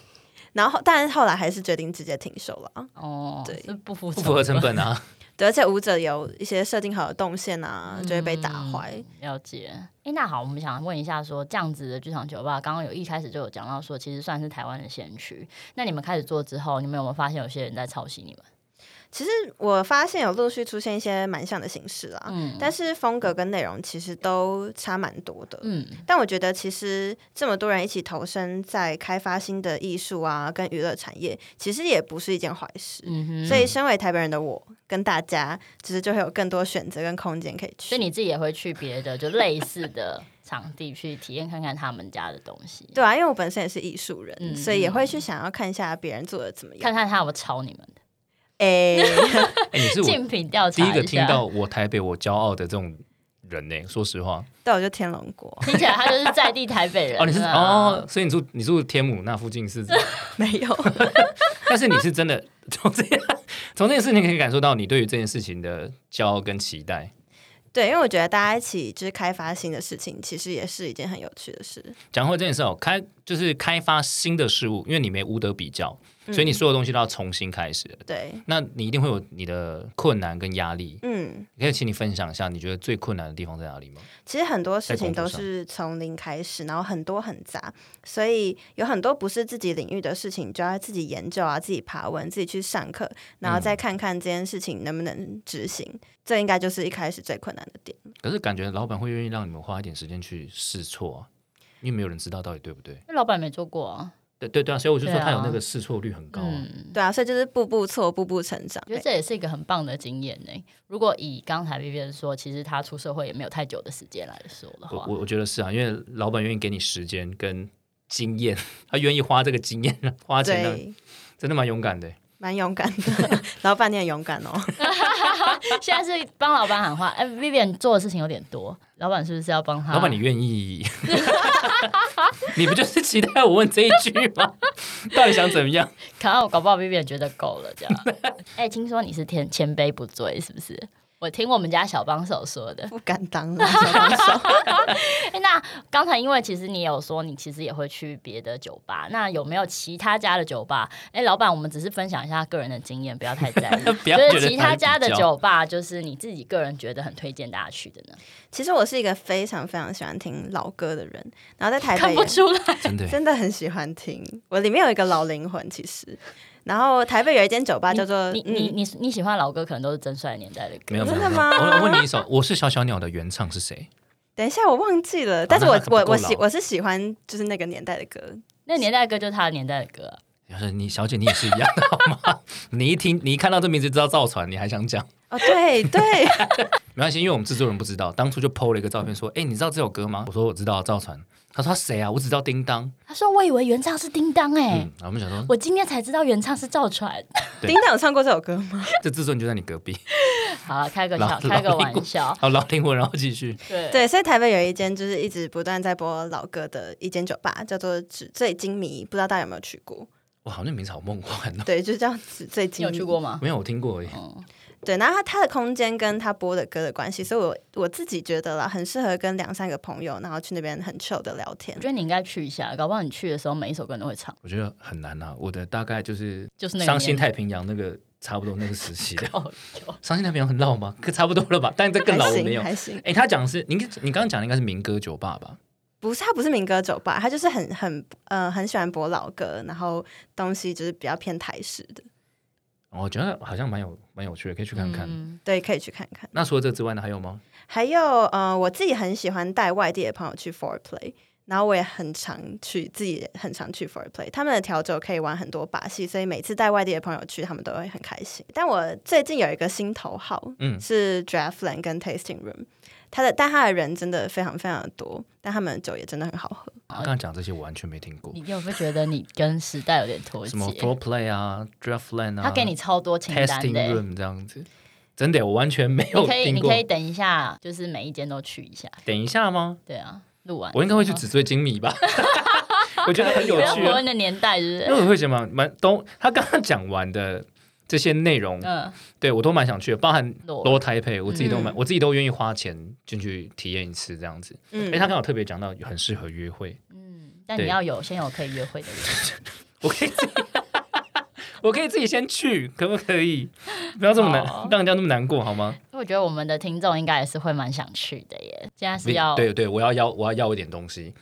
[SPEAKER 2] 然后但是后来还是决定直接停售了啊。
[SPEAKER 1] 哦，
[SPEAKER 2] 对
[SPEAKER 1] 是不符
[SPEAKER 3] 不符合成
[SPEAKER 1] 本，
[SPEAKER 3] 本啊。
[SPEAKER 2] 对，而且舞者有一些设定好的动线啊，就会被打坏。
[SPEAKER 1] 嗯了解。哎，那好，我们想问一下说这样子的剧场酒吧，刚刚有一开始就有讲到说，其实算是台湾的先驱。那你们开始做之后，你们有没有发现有些人在抄袭你们？
[SPEAKER 2] 其实我发现有陆续出现一些蛮像的形式啦，
[SPEAKER 1] 嗯
[SPEAKER 2] 啊但是风格跟内容其实都差蛮多的。
[SPEAKER 1] 嗯，
[SPEAKER 2] 但我觉得，其实这么多人一起投身在开发新的艺术啊，跟娱乐产业，其实也不是一件坏事。
[SPEAKER 1] 嗯哼，
[SPEAKER 2] 所以，身为台北人的我，跟大家其实就会有更多选择跟空间可以去。
[SPEAKER 1] 所以你自己也会去别的就类似的场地去体验看看他们家的东西，
[SPEAKER 2] 对啊，因为我本身也是艺术人，
[SPEAKER 1] 嗯
[SPEAKER 2] 所以也会去想要看一下别人做的怎么
[SPEAKER 1] 看
[SPEAKER 2] 样。
[SPEAKER 1] 看他有没有抄你们的。
[SPEAKER 2] 哎，
[SPEAKER 3] *laughs* 哎，你是我
[SPEAKER 1] 竞品调
[SPEAKER 3] 第
[SPEAKER 1] 查
[SPEAKER 3] 一个
[SPEAKER 1] 一
[SPEAKER 3] 听
[SPEAKER 1] 下，
[SPEAKER 3] 到我台北我骄傲的这种人
[SPEAKER 1] 啊
[SPEAKER 3] 呢、说实话，
[SPEAKER 2] *laughs* 对，我就天龙国，
[SPEAKER 1] *laughs* 听起来他就是在地台北人啊。
[SPEAKER 3] 哦，你是 *laughs* 哦，所以你住你住天母那附近是， *laughs*
[SPEAKER 2] 没有。
[SPEAKER 3] 但是你是真的从这样从这件事情可以感受到你对于这件事情的骄傲跟期待。
[SPEAKER 2] 对，因为我觉得大家一起就是开发新的事情，其实也是一件很有趣的事。
[SPEAKER 3] 讲回这件事哦，开就是开发新的事物，因为你没无得比较，所以
[SPEAKER 1] 嗯
[SPEAKER 3] 你所有东西都要重新开始。
[SPEAKER 2] 对，
[SPEAKER 3] 那你一定会有你的困难跟压力，
[SPEAKER 2] 嗯，
[SPEAKER 3] 可以请你分享一下，你觉得最困难的地方在哪里吗？
[SPEAKER 2] 其实很多事情
[SPEAKER 3] 在
[SPEAKER 2] 都
[SPEAKER 3] 工作上
[SPEAKER 2] 是从零开始，然后很多很杂，所以有很多不是自己领域的事情，你就要自己研究啊，自己爬文，自己去上课，然后
[SPEAKER 3] 嗯
[SPEAKER 2] 再看看这件事情能不能执行。这应该就是一开始最困难的点。
[SPEAKER 3] 可是感觉老板会愿意让你们花一点时间去试错啊，因为没有人知道到底对不对。
[SPEAKER 1] 因为老板没做过啊，
[SPEAKER 3] 对对对啊，所以我就说
[SPEAKER 1] 对啊
[SPEAKER 3] 他有那个试错率很高、啊。
[SPEAKER 1] 嗯，
[SPEAKER 2] 对啊，所以就是步步错，步步成长
[SPEAKER 1] 我。觉得这也是一个很棒的经验呢、如果以刚才 B B 说，其实他出社会也没有太久的时间来说的
[SPEAKER 3] 我
[SPEAKER 1] 话，
[SPEAKER 3] 我我觉得是啊，因为老板愿意给你时间跟经验，他愿意花这个经验花钱让，
[SPEAKER 2] 对，
[SPEAKER 3] 真的蛮勇敢的。
[SPEAKER 2] 蛮勇敢的， *laughs* 老板你很勇敢哦。 *laughs*
[SPEAKER 1] 现在是帮老板喊话。哎、v i v i a n 做的事情有点多，老板是不是要帮他？
[SPEAKER 3] 老板，你愿意？ *laughs* 你不就是期待我问这一句吗？ *laughs* 到底想怎么样？
[SPEAKER 1] 可能我搞不好 Vivian 觉得够了这样。 *laughs* 哎、听说你是天千杯不醉，是不是？我听我们家小帮手说的。
[SPEAKER 2] 不敢当
[SPEAKER 3] *laughs*
[SPEAKER 2] 了，小帮手。
[SPEAKER 1] 哎、那刚才因为其实你有说你其实也会去别的酒吧，那有没有其他家的酒吧？哎、老板，我们只是分享一下个人的经验，不要太在意。
[SPEAKER 3] *laughs* 不要
[SPEAKER 1] 就
[SPEAKER 3] 觉
[SPEAKER 1] 是
[SPEAKER 3] 得
[SPEAKER 1] 其他家的
[SPEAKER 3] 比较
[SPEAKER 1] 酒吧，就是你自己个人觉得很推荐大家去的呢？
[SPEAKER 2] 其实我是一个非常非常喜欢听老歌的人，然后在台
[SPEAKER 1] 看
[SPEAKER 2] 北
[SPEAKER 1] 不
[SPEAKER 2] 也
[SPEAKER 1] 出来，
[SPEAKER 3] 真的
[SPEAKER 2] 真的很喜欢听。我里面有一个老灵魂，其实。然后台北有一间酒吧叫做嗯
[SPEAKER 1] 你你你你喜欢老歌，可能都是真帅年代的歌。
[SPEAKER 3] 没有没有
[SPEAKER 2] 真的
[SPEAKER 3] 没有
[SPEAKER 2] 吗
[SPEAKER 3] 我我问你一首，我是小小鸟的原唱是谁？
[SPEAKER 2] 等一下，我忘记了，但是我
[SPEAKER 3] 那还不
[SPEAKER 2] 我
[SPEAKER 3] 够
[SPEAKER 2] 我
[SPEAKER 3] 老
[SPEAKER 2] 喜我是喜欢就是那个年代的歌，
[SPEAKER 1] 那年代的歌就是他的年代的歌啊、
[SPEAKER 3] 然后你小姐你也是一样的 *laughs* 好吗？你一听你一看到这名字知道造船，你还想讲？
[SPEAKER 2] 哦，
[SPEAKER 3] *laughs*
[SPEAKER 2] 对对，
[SPEAKER 3] 没关系，因为我们制作人不知道，当初就 PO 了一个照片说：“哎、你知道这首歌吗？”我说：“我知道。”造船，他说：“他谁啊？我只知道叮当。
[SPEAKER 1] 他说：“我以为原唱是叮当哎、
[SPEAKER 3] 嗯，然后我们想说，
[SPEAKER 1] 我今天才知道原唱是赵传。 *laughs*
[SPEAKER 3] 对
[SPEAKER 2] 叮当有唱过这首歌吗？
[SPEAKER 3] 这制作人就在你隔壁，
[SPEAKER 1] 好了，开个
[SPEAKER 3] 老
[SPEAKER 1] 小开个
[SPEAKER 3] 老灵
[SPEAKER 1] 玩
[SPEAKER 3] 魂
[SPEAKER 1] 笑，
[SPEAKER 3] 好，老灵魂，然后继续。
[SPEAKER 1] 对
[SPEAKER 2] 对，所以台北有一间就是一直不断在播老歌的一间酒吧，叫做纸醉金迷，不知道大家有没有去过？
[SPEAKER 3] 哇，那名字好梦幻哦！
[SPEAKER 2] 对，就叫纸醉
[SPEAKER 1] 你
[SPEAKER 2] 金
[SPEAKER 1] 有
[SPEAKER 2] 迷。
[SPEAKER 1] 去过吗？
[SPEAKER 3] 没有，我听过而已。
[SPEAKER 2] 哦
[SPEAKER 1] 嗯，
[SPEAKER 2] 对，然后它它的空间跟它播的歌的关系，所以我我自己觉得啦，很适合跟两三个朋友，然后去那边很 chill 的聊天
[SPEAKER 1] 我觉。得你应该去一下，搞不好你去的时候每一首歌你都会唱，
[SPEAKER 3] 我觉得很难啊，我的大概就是
[SPEAKER 1] 就是那个
[SPEAKER 3] 伤心
[SPEAKER 1] 年代
[SPEAKER 3] 太平洋那个差不多那个时期的。
[SPEAKER 1] 哦，有
[SPEAKER 3] 伤心太平洋很老吗？可差不多了吧？但这
[SPEAKER 2] 还
[SPEAKER 3] 更老我没有
[SPEAKER 2] 行。还行，
[SPEAKER 3] 哎，他讲的是你，你刚刚讲的应该是民歌酒吧吧？
[SPEAKER 2] 不是它不是民歌酒吧，它就是很很呃很喜欢播老歌，然后东西就是比较偏台式的，
[SPEAKER 3] 我哦觉得好像蛮有蛮有趣的，可以去看看。
[SPEAKER 1] 嗯
[SPEAKER 2] 对，可以去看看。
[SPEAKER 3] 那除了这之外呢，还有吗？
[SPEAKER 2] 还有呃，我自己很喜欢带外地的朋友去 Four Play，然后我也很常去，自己也很常去 Four Play。他们的调酒可以玩很多把戏，所以每次带外地的朋友去，他们都会很开心。但我最近有一个新头号，
[SPEAKER 3] 嗯
[SPEAKER 2] 是 Draftland 跟 Tasting Room，他的但他的人真的非常非常的多，但他们的酒也真的很好喝。
[SPEAKER 3] 他刚刚讲这些我完全没听过，
[SPEAKER 1] 啊你有没有觉得你跟时代有点脱节
[SPEAKER 3] 什？么 Floor Play 啊，Draftland 啊，
[SPEAKER 1] 他给你超多清单
[SPEAKER 3] Testing
[SPEAKER 1] 的欸、
[SPEAKER 3] Room 这样子，真的我完全没有
[SPEAKER 1] 你可以，
[SPEAKER 3] 听
[SPEAKER 1] 你
[SPEAKER 3] 过
[SPEAKER 1] 可。以等一下，就是每一间都去一下。
[SPEAKER 3] 等一下吗？
[SPEAKER 1] 对啊，录完
[SPEAKER 3] 我应该会去纸醉金
[SPEAKER 1] *laughs*
[SPEAKER 3] 迷吧，我觉得很有
[SPEAKER 1] 不要
[SPEAKER 3] 趣啊
[SPEAKER 1] 活。你的年代，是不
[SPEAKER 3] 因
[SPEAKER 1] 是？
[SPEAKER 3] 为我会觉得蛮蛮都，他刚刚讲完的这些内容，
[SPEAKER 1] 嗯，
[SPEAKER 3] 对我都蛮想去的，包含
[SPEAKER 1] 裸
[SPEAKER 3] 罗台配，我自己都蛮、
[SPEAKER 2] 嗯
[SPEAKER 3] 我自己都愿意花钱进去体验一次这样子。哎、
[SPEAKER 2] 嗯
[SPEAKER 3] 他刚好特别讲到很适合约会，
[SPEAKER 1] 嗯，但
[SPEAKER 3] 对
[SPEAKER 1] 你要有先有可以约会的人。
[SPEAKER 3] 我可以自己，我可以自己先去，可不可以？不要这么难，
[SPEAKER 1] 好
[SPEAKER 3] 让人家那么难过好吗？
[SPEAKER 1] 我觉得我们的听众应该也是会蛮想去的耶。现在是要
[SPEAKER 3] 对对，我要要我要要一点东西，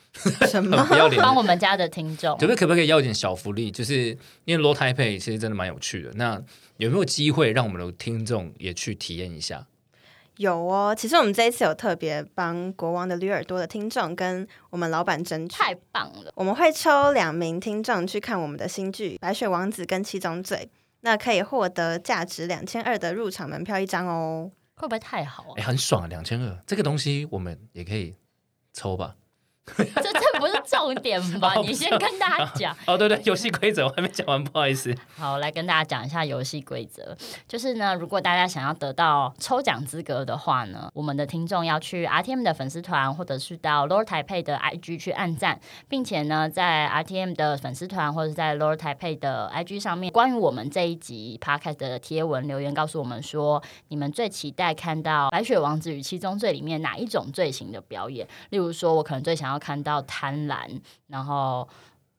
[SPEAKER 2] 什
[SPEAKER 3] 很
[SPEAKER 2] 么？
[SPEAKER 3] *laughs* 不要脸的
[SPEAKER 1] 帮我们家的听众
[SPEAKER 3] 可不可以可不可以要一点小福利？就是因为罗台配其实真的蛮有趣的，那有没有机会让我们的听众也去体验一下？
[SPEAKER 2] 有哦，其实我们这一次有特别帮国王的驴耳朵的听众跟我们老板争取，
[SPEAKER 1] 太棒了。
[SPEAKER 2] 我们会抽两名听众去看我们的新剧《白雪王子》跟《七宗罪》，那可以获得价值两千二的入场门票一张哦。
[SPEAKER 1] 会不会太好啊
[SPEAKER 3] 哎、？很爽啊，两千二，这个东西我们也可以抽吧？
[SPEAKER 1] 这这不是重点
[SPEAKER 3] *laughs*
[SPEAKER 1] 吧？
[SPEAKER 3] 哦
[SPEAKER 1] 你先跟大家讲。
[SPEAKER 3] 哦，对对，游戏规则我还没讲完，不好意思。
[SPEAKER 1] 好，来跟大家讲一下游戏规则。就是呢，如果大家想要得到抽奖资格的话呢，我们的听众要去 RTM 的粉丝团，或者是到 Lord Taipei 的 IG 去按赞，并且呢，在 RTM 的粉丝团或者是在 Lord Taipei 的 IG 上面，关于我们这一集 Podcast 的贴文留言，告诉我们说你们最期待看到《白雪王子与七宗罪》里面哪一种罪行的表演。例如说，我可能最想要看到贪婪，然后。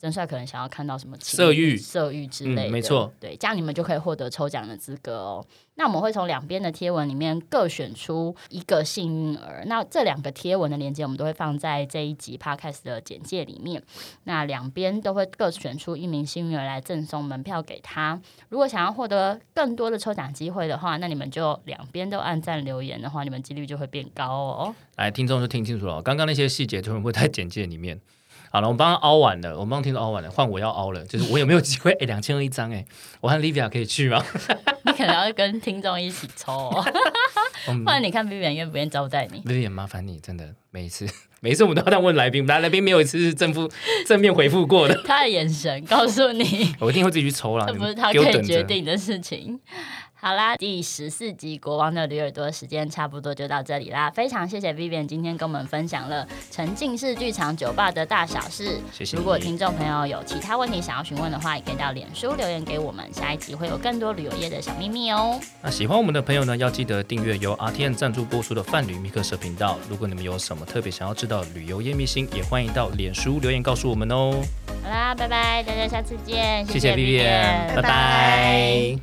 [SPEAKER 1] 真帅可能想要看到什么情
[SPEAKER 3] 色欲
[SPEAKER 1] 色欲之类的，
[SPEAKER 3] 嗯没错，
[SPEAKER 1] 对，这样你们就可以获得抽奖的资格哦。那我们会从两边的贴文里面各选出一个幸运儿，那这两个贴文的链接我们都会放在这一集 podcast 的简介里面。那两边都会各选出一名幸运儿来赠送门票给他。如果想要获得更多的抽奖机会的话，那你们就两边都按赞留言的话，你们几率就会变高哦。 *laughs*
[SPEAKER 3] 来，听众就听清楚了哦，刚刚那些细节全部在简介里面。 *laughs* 好了，我们帮他凹完了，我们帮听众凹完了，换我要凹了，就是我有没有机会？ *laughs* 哎，两千二一张，哎，我和 Livia 可以去吗？ *laughs*
[SPEAKER 1] 你可能要跟听众一起抽、哦， *laughs*
[SPEAKER 3] 嗯
[SPEAKER 1] 不然你看 v i v i 愿不愿意招待你？
[SPEAKER 3] ，Livia 麻烦你，真的，每一次 *laughs* 每一次我们都要这样问来宾，来来宾没有一次是正负 *laughs* 正面回复过的， *laughs*
[SPEAKER 1] 他的眼神告诉你，
[SPEAKER 3] 我一定会自己去抽啦。
[SPEAKER 1] 这
[SPEAKER 3] 你
[SPEAKER 1] 不
[SPEAKER 3] 们
[SPEAKER 1] 是他
[SPEAKER 3] 给我
[SPEAKER 1] 可以
[SPEAKER 3] 等着
[SPEAKER 1] 决。定的事情。好啦，第十四集《国王的驴耳朵》时间差不多就到这里啦。非常谢谢 Vivian 今天跟我们分享了沉浸式剧场酒吧的大小事。
[SPEAKER 3] 谢谢你
[SPEAKER 1] 如果听众朋友有其他问题想要询问的话，也可以到脸书留言给我们。下一集会有更多旅游业的小秘密哦。
[SPEAKER 3] 那喜欢我们的朋友呢，要记得订阅由 RTN 赞助播出的泛旅密克社频道。如果你们有什么特别想要知道的旅游业秘辛，也欢迎到脸书留言告诉我们哦。
[SPEAKER 1] 好啦，拜拜，大家下次见。
[SPEAKER 3] 谢谢 Vivian，
[SPEAKER 1] Vivian
[SPEAKER 2] 拜
[SPEAKER 3] 拜拜
[SPEAKER 2] 拜